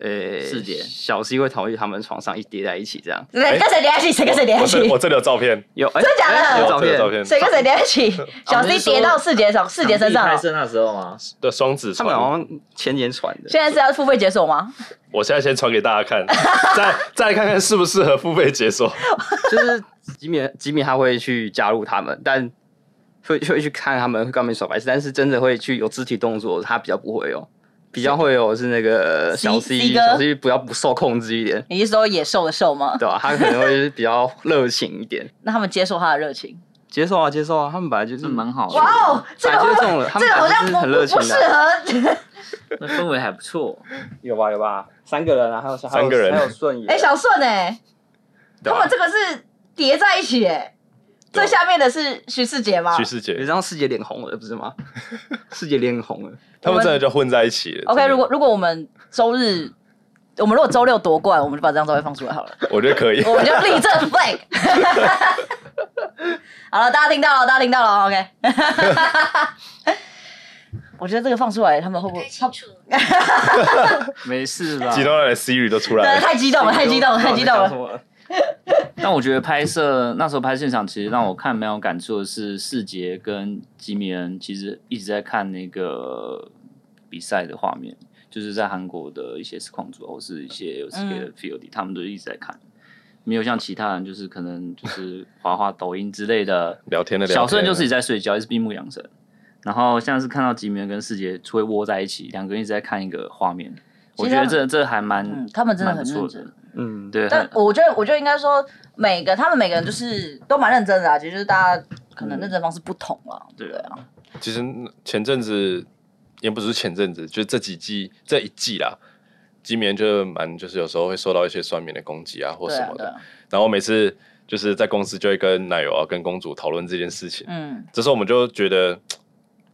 Speaker 3: 呃，
Speaker 2: 世界
Speaker 3: 小 C 会逃去他们床上一叠在一起这样。
Speaker 1: 谁跟谁联系？谁跟谁联
Speaker 4: 我
Speaker 1: 系
Speaker 4: 这？我这里有照片，
Speaker 3: 有哎真
Speaker 1: 真假的
Speaker 3: 有
Speaker 4: 有
Speaker 3: 照
Speaker 4: 这
Speaker 3: 片
Speaker 4: 个照，片，
Speaker 1: 谁跟谁联系？小 C 跌到世杰上，世杰身上
Speaker 2: 场地
Speaker 1: 了
Speaker 2: 拍。摄那时候嘛，
Speaker 4: 的双子
Speaker 3: 他们
Speaker 4: 床。
Speaker 3: 好像前年传的。
Speaker 1: 现在是要付费解锁吗？
Speaker 4: 我现在先传给大家看，再再看看适不适合付费解锁。
Speaker 3: 就是吉米吉米他会去加入他们，但会会去看他们，会跟他们耍白痴，但是真的会去有肢体动作，他比较不会有，比较会有是那个
Speaker 1: C-
Speaker 3: 小
Speaker 1: C 哥
Speaker 3: 小 C 比较不受控制一点，
Speaker 1: 你是说野兽的兽吗？
Speaker 3: 对吧、他可能会是比较热情一点，
Speaker 1: 那他们接受他的热情。
Speaker 3: 接受啊接受啊，他们本来就是
Speaker 2: 这蛮好
Speaker 1: 哇
Speaker 2: 的，
Speaker 1: 哦，这个
Speaker 3: 本
Speaker 1: 会
Speaker 3: 来就中了，他
Speaker 1: 这
Speaker 3: 们
Speaker 1: 个好像
Speaker 3: 本来就
Speaker 1: 不
Speaker 3: 是很热
Speaker 1: 不不
Speaker 3: 情
Speaker 1: 适
Speaker 3: 的啊、
Speaker 1: 合。
Speaker 2: 那氛围还不错。
Speaker 3: 有吧有吧，三个人啊，还有小
Speaker 4: 三个人
Speaker 3: 还 有顺眼，
Speaker 1: 哎，小顺哎，他
Speaker 3: 对啊吧
Speaker 1: 们？这个是叠在一起哎，
Speaker 4: 对
Speaker 1: 最下面的是徐世杰吗
Speaker 4: 啊徐世
Speaker 3: 你
Speaker 4: 杰，
Speaker 3: 让世界脸红了不是 吗？世界脸红了，
Speaker 4: 他们真的就混在一起了。
Speaker 1: ？OK，
Speaker 4: 真的
Speaker 1: 如果如果我们周日，我们如果周六夺冠，我们就把这张照片放出来好了，
Speaker 4: 我觉得可以，
Speaker 1: 我们就立正 flag。好了，大家听到了，大家听到了，OK。我觉得这个放出来，他们会不会？他
Speaker 2: 没事啦。
Speaker 4: 极端的 Siri 都出
Speaker 1: 真
Speaker 4: 来
Speaker 1: 的
Speaker 4: 了。。
Speaker 1: 太激动了，太激动了，太激动了。
Speaker 3: 了！
Speaker 2: 但我觉得拍摄那时候拍现场，其实让我看蛮有感触的是，世杰跟吉米人其实一直在看那个比赛的画面，就是在韩国的一些实况组啊或是一些 LCK
Speaker 1: 嗯
Speaker 2: 的 field，、他们都一直在看。没有像其他人，就是可能就是滑滑抖音之类的
Speaker 4: 聊天的聊天
Speaker 2: 小顺就自己在睡觉，一直闭目养神。然后像是看到吉米人跟世杰会窝在一起，两个人一直在看一个画面，
Speaker 1: 其
Speaker 2: 我
Speaker 1: 实
Speaker 2: 觉
Speaker 1: 他
Speaker 2: 得
Speaker 1: 们
Speaker 2: 这这还蛮、
Speaker 1: 嗯，他们真的
Speaker 2: 蛮
Speaker 1: 很
Speaker 2: 不
Speaker 1: 认
Speaker 2: 错
Speaker 1: 真
Speaker 2: 的。。
Speaker 3: 嗯，
Speaker 2: 对，
Speaker 1: 但
Speaker 2: 很
Speaker 1: 我觉得，我觉得应该说，每个他们每个人就是都蛮认真的啊，其实就是大家可
Speaker 4: 嗯
Speaker 1: 能认真方式不同了。
Speaker 2: 对
Speaker 1: 对
Speaker 2: 啊
Speaker 1: 啊，
Speaker 4: 其实前阵子也不是前阵子，就这几季这一季啦，今年就蛮就是有时候会受到一些酸民的攻击啊或
Speaker 1: 对
Speaker 4: 什
Speaker 1: 啊
Speaker 4: 么，
Speaker 1: 对
Speaker 4: 的。
Speaker 1: 啊，
Speaker 4: 然后每次就是在公司就会跟奶油啊跟公主讨论这件事情。
Speaker 1: 嗯，
Speaker 4: 这时候我们就觉得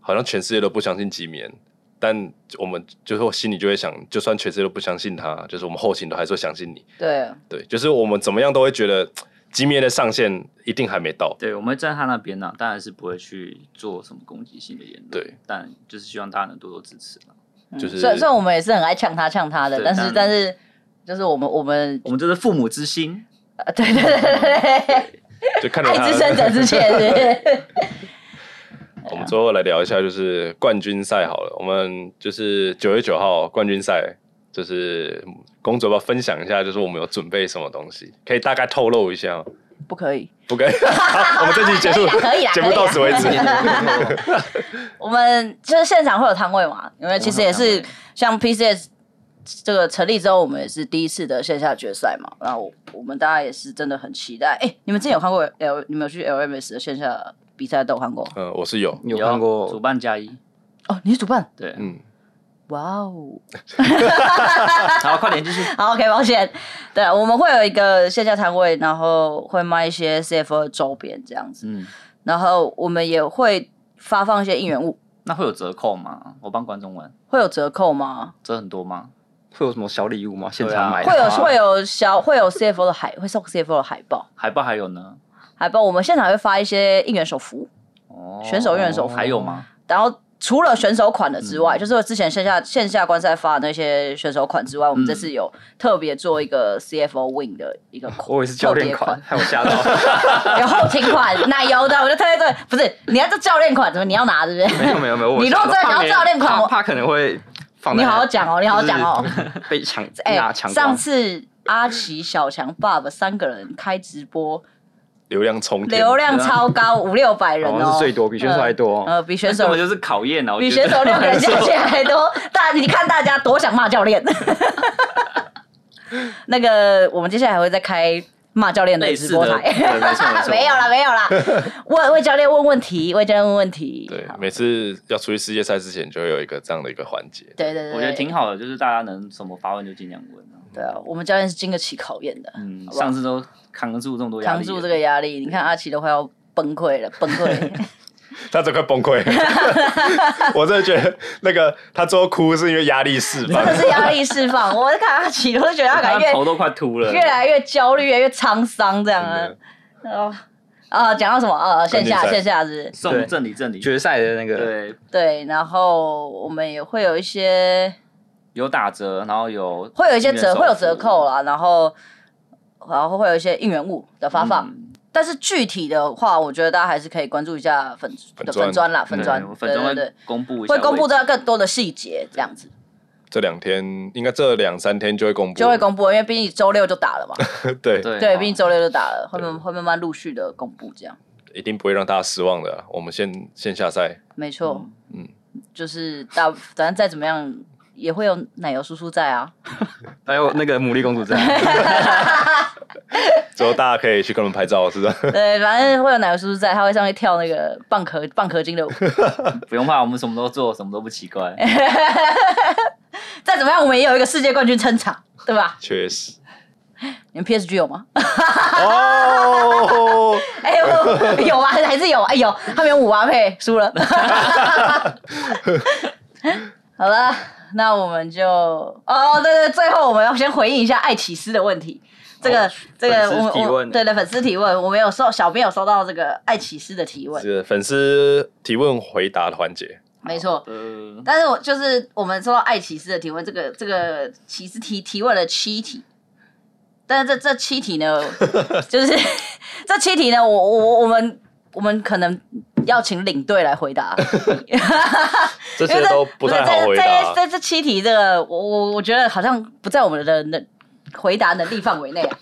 Speaker 4: 好像全世界都不相信吉米恩，但我们就是我心里就会想，就算全世界都不相信他，就是我们后勤都还是会相信你。
Speaker 1: 对啊，
Speaker 4: 对，就是我们怎么样都会觉得吉米恩的上限一定还没到。
Speaker 2: 对，我们会站在他那边呢、当然是不会去做什么攻击性的言论，
Speaker 4: 对，
Speaker 2: 但就是希望大家能多多支持啦
Speaker 1: 嗯
Speaker 4: 就是
Speaker 1: 虽然虽然我们也是很爱呛他呛他的，
Speaker 2: 对
Speaker 1: 但是但
Speaker 2: 当然
Speaker 1: 是就是我们我们
Speaker 2: 我们这是父母之心，
Speaker 1: 呃对对对对对，
Speaker 4: 就看着
Speaker 1: 爱之深
Speaker 4: 他，
Speaker 1: 责之切，是不是
Speaker 4: 我们最后来聊一下就是冠军赛好了，我们就是九月九号冠军赛。就是公主要不要分享一下？就是我们有准备什么东西，可以大概透露一下吗？
Speaker 1: 不可以。
Speaker 4: 不可以。 好，我们这期结束，
Speaker 1: 可以啦可以啦
Speaker 4: 节目到此为止。
Speaker 1: 我们就是现场会有摊位嘛，因为其实也是像 PCS 这个成立之后，我们也是第一次的线下决赛嘛。然后我我们大家也是真的很期待。哎、你们之前有看过 L，你们有去 LMS 的线下比赛都有看过？
Speaker 4: 嗯，我是有，
Speaker 3: 有啊看
Speaker 2: 主
Speaker 3: 过
Speaker 2: 办加一，
Speaker 1: 哦，你是主办？
Speaker 2: 对，
Speaker 4: 嗯，
Speaker 1: 哇哦！
Speaker 2: 好，快点继续。
Speaker 1: 好，OK，抱歉。对，啊我们会有一个线下摊位，然后会卖一些 CFO 的周边这样子，
Speaker 2: 嗯，
Speaker 1: 然后我们也会发放一些应援物，
Speaker 2: 那会有折扣吗？我帮观众问，
Speaker 1: 会有折扣吗？
Speaker 2: 折很多吗？
Speaker 3: 会有什么小礼物吗？现
Speaker 2: 对啊
Speaker 3: 场买的
Speaker 1: 会有
Speaker 3: 话
Speaker 1: 会有小会有 CFO 的海会送 CFO 的海报，
Speaker 2: 海报还有呢？
Speaker 1: 海报我们现场会发一些应援手幅，
Speaker 2: 哦，
Speaker 1: 选手应援手
Speaker 2: 还有吗？
Speaker 1: 然后除了选手款的之
Speaker 3: 嗯
Speaker 1: 外，就是之前线下线下观赛发的那些选手款之外，我们这次有特别做一个 CFO Win 的一个款，
Speaker 3: 嗯 我以为是教
Speaker 1: 特
Speaker 3: 练
Speaker 1: 别
Speaker 3: 款，害我吓到。
Speaker 1: 款，有后勤款，奶油的，我就特别对，不是你要这教练款，怎么你要拿对不
Speaker 3: 没有
Speaker 1: 对？
Speaker 3: 没有没有，我
Speaker 1: 你如果
Speaker 3: 吓到
Speaker 1: 真的想要
Speaker 3: 怕别人
Speaker 1: 教练款
Speaker 3: 怕
Speaker 1: 我
Speaker 3: 怕可能会放在
Speaker 1: 你好好讲哦，你好好讲哦。，
Speaker 3: 就是被抢
Speaker 1: 哎、
Speaker 3: 拿抢光
Speaker 1: 上。次阿奇、小强、爸爸三个人开直播，
Speaker 4: 流量冲天，
Speaker 1: 流量超高，五六百人
Speaker 3: 嗯好
Speaker 1: 哦，
Speaker 3: 像是最多，比选手还多哦。
Speaker 1: 呃，比选手
Speaker 2: 根本就是考验啊！我
Speaker 1: 比
Speaker 2: 觉得
Speaker 1: 选手两个人加起来还多。大，你看大家多想骂教 练。那个，我们接下来还会再开骂教练的
Speaker 2: 类
Speaker 1: 直
Speaker 2: 似
Speaker 1: 播
Speaker 2: 的，
Speaker 1: 台。
Speaker 2: 对没错没错，
Speaker 1: 没有啦，没有 啦。问问教练问问题，问教练问问题。
Speaker 4: 对
Speaker 1: 好，
Speaker 4: 每次要出去世界赛之前，就会有一个这样的一个环节。
Speaker 1: 对对对，
Speaker 2: 我觉得挺好的，就是大家能什么发问就尽量问啊。
Speaker 1: 对啊。我们教练是经得起考验的，
Speaker 2: 嗯，
Speaker 1: 好不好
Speaker 2: 上次都扛住这么多压力啊
Speaker 1: 扛
Speaker 2: 了，
Speaker 1: 住这个压力。你看阿奇都快要崩溃 了，崩溃。
Speaker 4: 他这快崩 溃，我真的觉得那个他最后哭是因为压力释
Speaker 1: 真
Speaker 4: 放
Speaker 1: 的。是压力释放，我看阿奇，我都觉得他感觉
Speaker 2: 他
Speaker 1: 越
Speaker 2: 头都快秃了。
Speaker 1: 越来越焦虑，越来越沧桑这样啊
Speaker 4: 真。
Speaker 1: 哦啊，讲到什么？呃，线下
Speaker 4: 关键赛
Speaker 1: 线下是不是
Speaker 2: 送正理正理，
Speaker 3: 决赛的那个
Speaker 2: 对，
Speaker 1: 对，然后我们也会有一些
Speaker 2: 有打折，然后有
Speaker 1: 会有一些
Speaker 2: 应援
Speaker 1: 折
Speaker 2: 手
Speaker 1: 会有折
Speaker 2: 幅
Speaker 1: 扣啦，然后然后会有一些应援物的发放。
Speaker 2: 嗯
Speaker 1: 但是具体的话，我觉得大家还是可以关注一下粉
Speaker 4: 粉
Speaker 1: 的
Speaker 4: 专
Speaker 1: 粉砖啦，粉
Speaker 2: 对
Speaker 1: 砖，
Speaker 2: 嗯我粉
Speaker 1: 对对
Speaker 2: 专会
Speaker 1: 对，
Speaker 2: 公布一下
Speaker 1: 会公布
Speaker 2: 位置
Speaker 1: 这更多的细节，这样子
Speaker 4: 这两天应该这两三天就会公布，
Speaker 1: 就会公布，因为毕竟周六就打了嘛，
Speaker 4: 对，
Speaker 2: 对
Speaker 1: 对，
Speaker 2: 好
Speaker 1: 毕竟周六就打了，会慢会慢慢陆续的公布这样，
Speaker 4: 一定不会让大家失望的啊。我们线线下赛，
Speaker 1: 没错，
Speaker 4: 嗯
Speaker 1: 就是大反正再怎么样也会有奶油叔叔在啊，
Speaker 3: 还有那个牡蛎 公主在，
Speaker 4: 之后大家可以去跟我们拍照，是 不是？
Speaker 1: 对，反正会有奶油叔叔在，他会上去跳那个蚌壳蚌壳精的舞。
Speaker 2: 不用怕，我们什么都做，什么都不奇怪。
Speaker 1: 哎再怎么样，我们也有一个世界冠军撑场，对吧？
Speaker 4: 确 实。
Speaker 1: 你们 PSG 有吗？
Speaker 4: 哦，
Speaker 1: 哎、 我有啊，还是有啊，哎有，他们有五八配输了。 好了，那我们就哦，对对，最后我们要先回应一下爱奇斯的问题。这个、
Speaker 3: 哦
Speaker 1: 这个
Speaker 3: 粉丝
Speaker 1: 我们
Speaker 3: 提
Speaker 1: 我
Speaker 3: 问
Speaker 1: 对对粉丝提问，我们有收小编有收到这个爱奇斯的提问，
Speaker 4: 是粉丝提问回答的环节，
Speaker 1: 没错。
Speaker 2: 呃，
Speaker 1: 但是我就是我们收到爱奇斯的提问，这个这个骑士提提问了七题，但是这这七题 呢，就是这七题呢，我我我们我们可能要请领队来回答，
Speaker 4: 这
Speaker 1: 因为
Speaker 4: 些都不太好回
Speaker 1: 这这
Speaker 4: 答。
Speaker 1: 这这七题，这个我我我觉得好像不在我们的能回答能力范围内啊。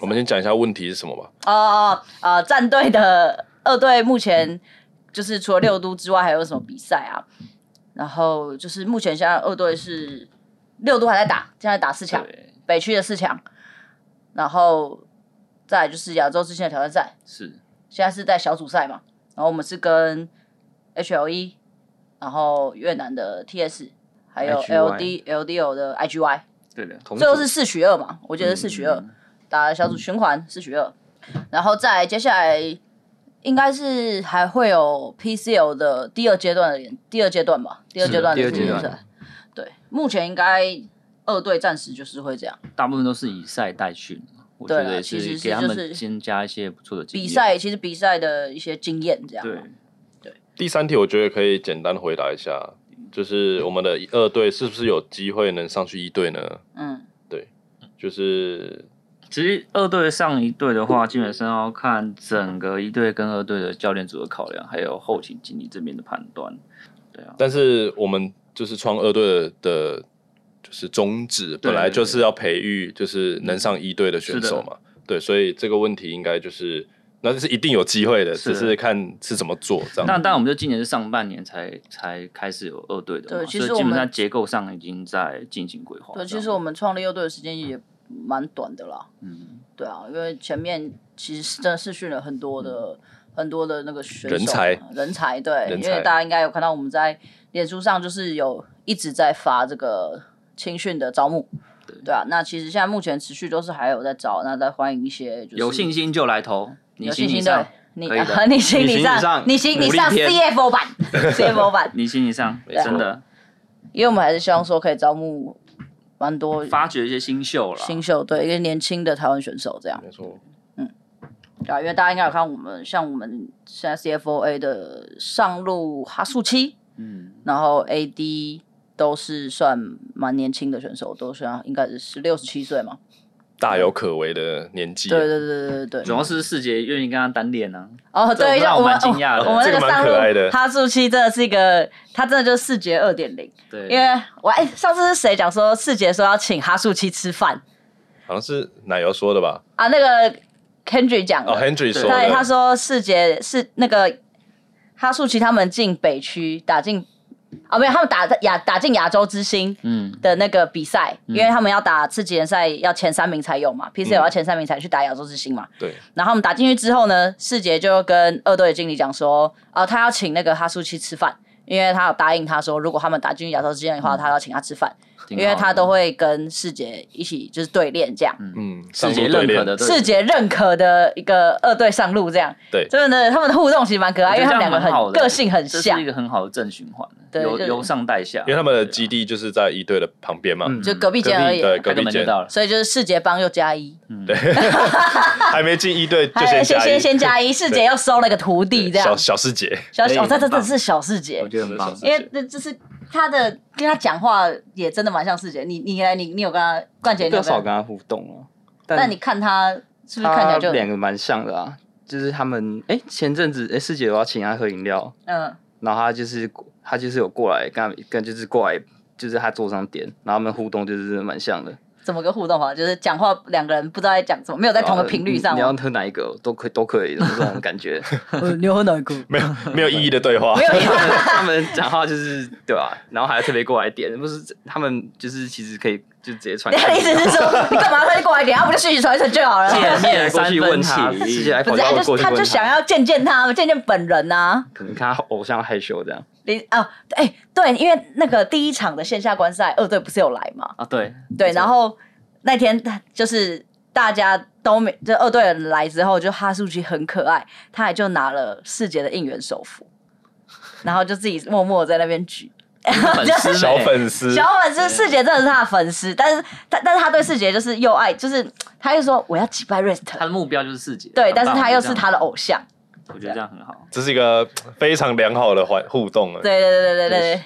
Speaker 4: 我们先讲一下问题是什么吧。
Speaker 1: 哦哦呃，战队的二队目前就是除了六都之外，还有什么比赛啊？然后就是目前现在二队是六都还在打，现在打四强，
Speaker 2: 对，
Speaker 1: 北区的四强，然后再来就是亚洲之星的挑战赛，
Speaker 2: 是
Speaker 1: 现在是在小组赛嘛，然后我们是跟 H L E，然后越南的 T S，还有 L D
Speaker 3: IGY
Speaker 1: L D O 的 I G Y，
Speaker 2: 对的。
Speaker 3: 同
Speaker 1: 最后
Speaker 3: 组
Speaker 1: 是四取二嘛，我觉得四取二、打小组循环四取二，然后再来接下来应该是还会有 PCL 的第二阶段的联，第二阶段吧，第二阶段的
Speaker 3: 第二
Speaker 1: 复
Speaker 4: 阶
Speaker 1: 赛
Speaker 3: 段，
Speaker 1: 对，目前应该二队暂时就是会这样，
Speaker 2: 大部分都是以赛代训，我觉
Speaker 1: 对啊
Speaker 2: 得也
Speaker 1: 其实
Speaker 2: 是
Speaker 1: 是
Speaker 2: 给他
Speaker 1: 就是
Speaker 2: 们增加一些不错的经
Speaker 1: 比
Speaker 2: 验。
Speaker 1: 赛其实比赛的一些经验这样，啊
Speaker 2: 对，
Speaker 4: 第三题，我觉得可以简单回答一下，就是我们的二队是不是有机会能上去一队呢？
Speaker 1: 嗯，
Speaker 4: 就是
Speaker 2: 其实二队上一队的话，基本上要看整个一队跟二队的教练组的考量，还有后勤经理这边的判断。对啊，
Speaker 4: 但是我们就是创二队的的，就是宗旨
Speaker 2: 对
Speaker 4: 本来就是要培育就是能上一队的选手嘛。对，所以这个问题应该就是，那是一定有机会的，
Speaker 2: 是
Speaker 4: 只是看是怎么做这
Speaker 2: 那
Speaker 4: 样。
Speaker 2: 但我们就今年是上半年才才开始有二队的嘛，
Speaker 1: 对其实
Speaker 2: 所以基
Speaker 1: 我
Speaker 2: 本
Speaker 1: 们
Speaker 2: 上结构上已经在进行规划。
Speaker 1: 对，
Speaker 2: 这样
Speaker 1: 其实我们创立六队的时间也蛮短的啦。
Speaker 2: 嗯，
Speaker 1: 对啊，因为前面其实真的试训了很多
Speaker 2: 嗯
Speaker 1: 的、很多的那个选手
Speaker 4: 人才
Speaker 1: 嘛人才对，
Speaker 4: 人
Speaker 1: 因为
Speaker 4: 才
Speaker 1: 大家应该有看到我们在脸书上就是有一直在发这个青训的招募，
Speaker 2: 对
Speaker 1: 对啊，那其实现在目前持续都是还有在招，那再欢迎一些就是
Speaker 2: 有信心就来投，你
Speaker 1: 有信
Speaker 2: 你
Speaker 1: 心
Speaker 2: 上
Speaker 1: 的，。你
Speaker 2: 可以的
Speaker 1: 你行
Speaker 3: 你行你
Speaker 1: 上
Speaker 3: 上，
Speaker 1: 你行你
Speaker 3: 努力
Speaker 1: 上
Speaker 3: 篇
Speaker 1: CFO 版 CFO 版，
Speaker 2: 你行你上，
Speaker 1: 啊
Speaker 2: 真的
Speaker 1: 因为我们还是希望说可以招募蛮多
Speaker 2: 发掘一些新秀了。
Speaker 1: 新秀，对一个年轻的台湾选手这样。
Speaker 4: 没错，
Speaker 1: 对啊，因为大家应该有看我们，像我们现在 CFOA 的上路哈树七，
Speaker 2: 嗯，
Speaker 1: 然后 AD 都是算蛮年轻的选手，都是啊应该是六十七岁嘛。
Speaker 4: 大有可为的年纪，
Speaker 1: 对对对对对
Speaker 2: 主
Speaker 1: 对。
Speaker 2: 要是世杰愿意跟他单啊练呢、
Speaker 1: 哦，对，
Speaker 2: 这
Speaker 1: 像
Speaker 2: 我
Speaker 1: 我
Speaker 2: 蛮
Speaker 1: 们
Speaker 2: 惊讶的
Speaker 1: 我们那
Speaker 4: 这个蛮
Speaker 1: 上
Speaker 4: 可爱
Speaker 1: 路
Speaker 4: 的
Speaker 1: 哈树七真的是一个，他真的就是视觉二点零。
Speaker 2: 对，
Speaker 1: 因为我哎、上次是谁讲说世杰说要请哈树七吃饭
Speaker 4: 好像是奶油说的吧？
Speaker 1: 啊？那个 Kendry 讲的，
Speaker 4: 哦，Henry 说
Speaker 1: 对，他
Speaker 4: 的，
Speaker 1: 说世杰是那个哈树奇他们进北区打进啊，没有，他们打亚打进亚洲之星
Speaker 2: 嗯，
Speaker 1: 的那个比赛，
Speaker 4: 嗯
Speaker 1: 因为他们要打次级联赛要前三名才有嘛，PCL 要前三名才去打亚洲之星嘛。
Speaker 4: 对，
Speaker 1: 然后我们打进去之后呢，世杰就跟二队的经理讲说，呃，他要请那个哈树奇吃饭。因为他有答应他说，如果他们打进去亚洲之星的
Speaker 4: 嗯
Speaker 1: 话，他要请他吃饭，
Speaker 2: 挺
Speaker 1: 因
Speaker 2: 好
Speaker 1: 为
Speaker 2: 的
Speaker 1: 他都会跟世杰一起就是对练这样。
Speaker 4: 嗯，
Speaker 2: 世
Speaker 4: 上
Speaker 2: 杰
Speaker 4: 路
Speaker 2: 认
Speaker 4: 对
Speaker 2: 可
Speaker 4: 练
Speaker 2: 的，对
Speaker 1: 世杰认可的一个二队上路这样。
Speaker 4: 对
Speaker 1: 真的他们的互动其实蛮可啊爱，因为他们两个
Speaker 2: 我觉得这样蛮好
Speaker 1: 很
Speaker 2: 的
Speaker 1: 个性很
Speaker 2: 这
Speaker 1: 像
Speaker 2: 是一，个很好的正循环，
Speaker 1: 对
Speaker 2: 由
Speaker 1: 就是
Speaker 2: 由上带下，
Speaker 4: 因为他们的基地就是在一队的旁边嘛，
Speaker 3: 嗯
Speaker 1: 就隔壁
Speaker 4: 隔壁
Speaker 1: 间而已。
Speaker 4: 对
Speaker 2: 开
Speaker 4: 隔
Speaker 2: 个
Speaker 4: 壁
Speaker 2: 门就
Speaker 4: 间，
Speaker 2: 到了。
Speaker 1: 所以就是世杰帮又加一，
Speaker 4: 还没进一队就
Speaker 1: 哎
Speaker 4: 先
Speaker 1: 先
Speaker 4: 加
Speaker 1: 先
Speaker 4: 一，
Speaker 1: 先加一，世杰又收了个徒弟这
Speaker 4: 小
Speaker 1: 样。
Speaker 4: 小师姐，
Speaker 1: 小
Speaker 2: 可以
Speaker 1: 小，这
Speaker 2: 很
Speaker 1: 这
Speaker 2: 棒
Speaker 1: 这是小世杰
Speaker 2: 我，觉得很棒
Speaker 4: 是，
Speaker 1: 因为这这是他的跟他讲话也真的蛮像世杰。你你来你你有跟他冠杰，你
Speaker 3: 比较
Speaker 1: 有
Speaker 3: 少
Speaker 1: 跟
Speaker 3: 跟
Speaker 1: 他？
Speaker 3: 他互动啊。
Speaker 1: 但你看他是不是看起来就
Speaker 3: 他两个蛮像的啊，就是他们哎、前阵子哎、师姐我要请他喝饮料，
Speaker 1: 嗯
Speaker 3: 然后他就是他就是有过来跟他跟就是过来就是他桌上点，然后他们互动就是蛮像的，
Speaker 1: 怎么个互动法？就是讲话两个人不知道在讲什么，没有在同个频率上
Speaker 3: 呃你你要
Speaker 1: 吗。
Speaker 3: 喝哪一个都可以都可以的这种感 觉，
Speaker 1: 呃你要喝哪一个？
Speaker 4: 没有没有意义的对话
Speaker 1: 没，有，
Speaker 3: 他们讲话就是对吧、然后还特别过来点，不是他们就是其实可以就直接传
Speaker 1: 啊你
Speaker 3: 给
Speaker 1: 的意思是 说，你干嘛快点过来点？要不就讯息传一传就好了。
Speaker 2: 见面
Speaker 3: 过
Speaker 2: 三
Speaker 3: 去
Speaker 2: 分
Speaker 3: 问他，
Speaker 2: 起
Speaker 3: 直接来
Speaker 1: 不
Speaker 3: 跑
Speaker 1: 是，
Speaker 3: 到
Speaker 1: 他
Speaker 3: 我
Speaker 1: 就
Speaker 3: 过去
Speaker 1: 他
Speaker 3: 问
Speaker 1: 就想要见见他们，见见本人呐、
Speaker 3: 可能看他偶像害羞 这样，
Speaker 1: 你哦，哎、对，因为那个第一场的线下观赛，二队不是有来嘛？
Speaker 2: 啊， 对
Speaker 1: 对，然后那天他就是大家都没，这二队人来之后，就哈树奇很可爱，他还就拿了世杰的应援手幅，然后就自己默默在那边 举。
Speaker 2: 粉丝呢
Speaker 4: 小粉丝
Speaker 1: 小粉丝世杰真的是他的粉丝，但是他但是他对世杰就是又爱，就是他就说我要击败 Rest，
Speaker 2: 他的目标就是世界，
Speaker 1: 对，
Speaker 2: 很棒
Speaker 1: 但是他又是他的，偶像，
Speaker 2: 我觉得这样我觉得这样很好。
Speaker 4: 这是一个非常良好的环互动啊。
Speaker 1: 对对对对对对。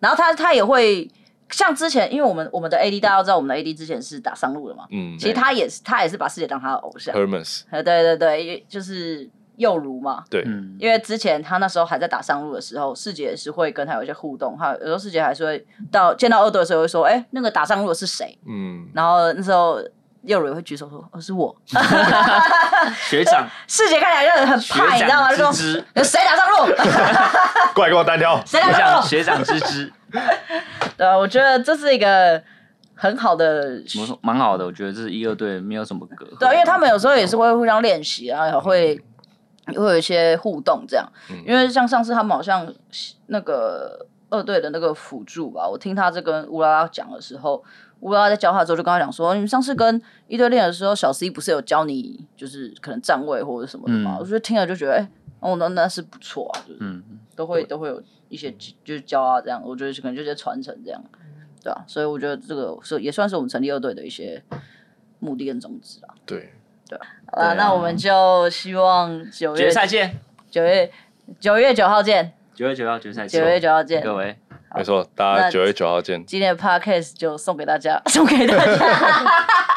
Speaker 1: 然后他他也会像之前，因为我们我们的 AD 大家都知道，我们的 AD 之前是打上路的嘛，
Speaker 4: 嗯
Speaker 1: 其实他也是他也是把师姐当他的偶像，
Speaker 4: ，Hermes，
Speaker 1: 呃对对对，因为就是幼如嘛。
Speaker 4: 对，
Speaker 2: 嗯，
Speaker 1: 因为之前他那时候还在打上路的时候，师姐也是会跟他有一些互动，哈，有时候师姐还是会到见到二队的时候会说，哎、那个打上路的是谁？
Speaker 4: 嗯，
Speaker 1: 然后那时候幼如也会举手说，哦，是我。
Speaker 2: 学长
Speaker 1: 师姐看起来就很
Speaker 2: 学
Speaker 1: 怕，你知道吗？就
Speaker 2: 长
Speaker 1: 说哎
Speaker 2: 之之，
Speaker 1: 谁打上路？
Speaker 4: 过来跟我 单挑，
Speaker 1: 谁打
Speaker 2: 学
Speaker 1: 上
Speaker 2: 长
Speaker 1: 路？
Speaker 2: 学长之之，
Speaker 1: 对啊，我觉得这是一个很好的
Speaker 2: 怎么说蛮好的，我觉得这是一二队没有什么隔阂，
Speaker 1: 对啊，因为他们有时候也是会互相练习啊，
Speaker 2: 嗯
Speaker 1: 也会会有一些互动这样。因为像上次他们好像那个二队的那个辅助吧，我听他这跟乌拉拉讲的时候，乌拉拉在教他的时候就跟他讲说，你们上次跟一队练的时候，小 C 不是有教你就是可能站位或者什么的嘛？
Speaker 2: 嗯
Speaker 1: 我觉得听了就觉得，哎、哦，那那是不错啊，就是
Speaker 2: 嗯，
Speaker 1: 都会都会有一些就是教啊这样，我觉得可能就在传承这样，对啊，所以我觉得这个是也算是我们成立二队的一些目的跟宗旨啊。
Speaker 4: 对，
Speaker 1: 好了，
Speaker 2: 对啊
Speaker 1: 那我们就希望九
Speaker 2: 决
Speaker 1: 月
Speaker 2: 赛见，
Speaker 1: 九月九月九号见，
Speaker 2: 九月九号决赛见，
Speaker 1: 九月九号见。
Speaker 2: 各位，
Speaker 4: 没错，大家
Speaker 1: 那
Speaker 4: 九月九号见，
Speaker 1: 今天的 podcast 就送给大家， 送给大 家。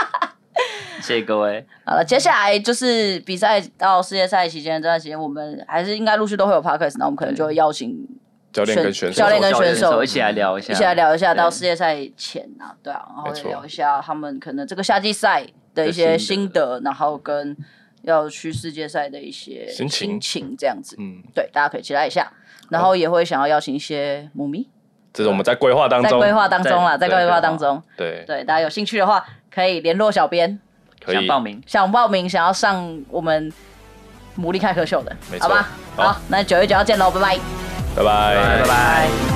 Speaker 2: 谢谢各位，
Speaker 1: 好了，接下来就是比赛到世界赛期间这段时间，我们还是应该陆续都会有 podcast，那我们可能就会邀请
Speaker 4: 教练跟
Speaker 1: 选
Speaker 4: 选手，
Speaker 1: 教练跟选手
Speaker 2: 一起来聊一下，
Speaker 1: 一起来聊一下
Speaker 2: 对
Speaker 1: 到世界赛前啊，对啊，然后
Speaker 4: 没
Speaker 1: 也
Speaker 4: 错
Speaker 1: 聊一下他们可能这个夏季赛的一些
Speaker 2: 的
Speaker 1: 心
Speaker 2: 心
Speaker 1: 得，然后跟要去世界赛的一些
Speaker 4: 心情
Speaker 1: 情这样子。
Speaker 4: 嗯，
Speaker 1: 对，大家可以期待一下。然后也会想要邀请一些母迷，
Speaker 4: 这是我们在规划当
Speaker 1: 在
Speaker 4: 中，
Speaker 1: 规划当中啦，在
Speaker 2: 在
Speaker 1: 规划当中，
Speaker 4: 对，
Speaker 1: 对大家有兴趣的话，可以联络小编，
Speaker 4: 可以
Speaker 2: 想报名，
Speaker 1: 想报名想要上我们牡蛎开壳秀的
Speaker 4: 没，错
Speaker 1: 好吧？
Speaker 4: 好
Speaker 1: 好，那九月九号见喽，拜拜。
Speaker 4: 拜拜
Speaker 2: 拜拜。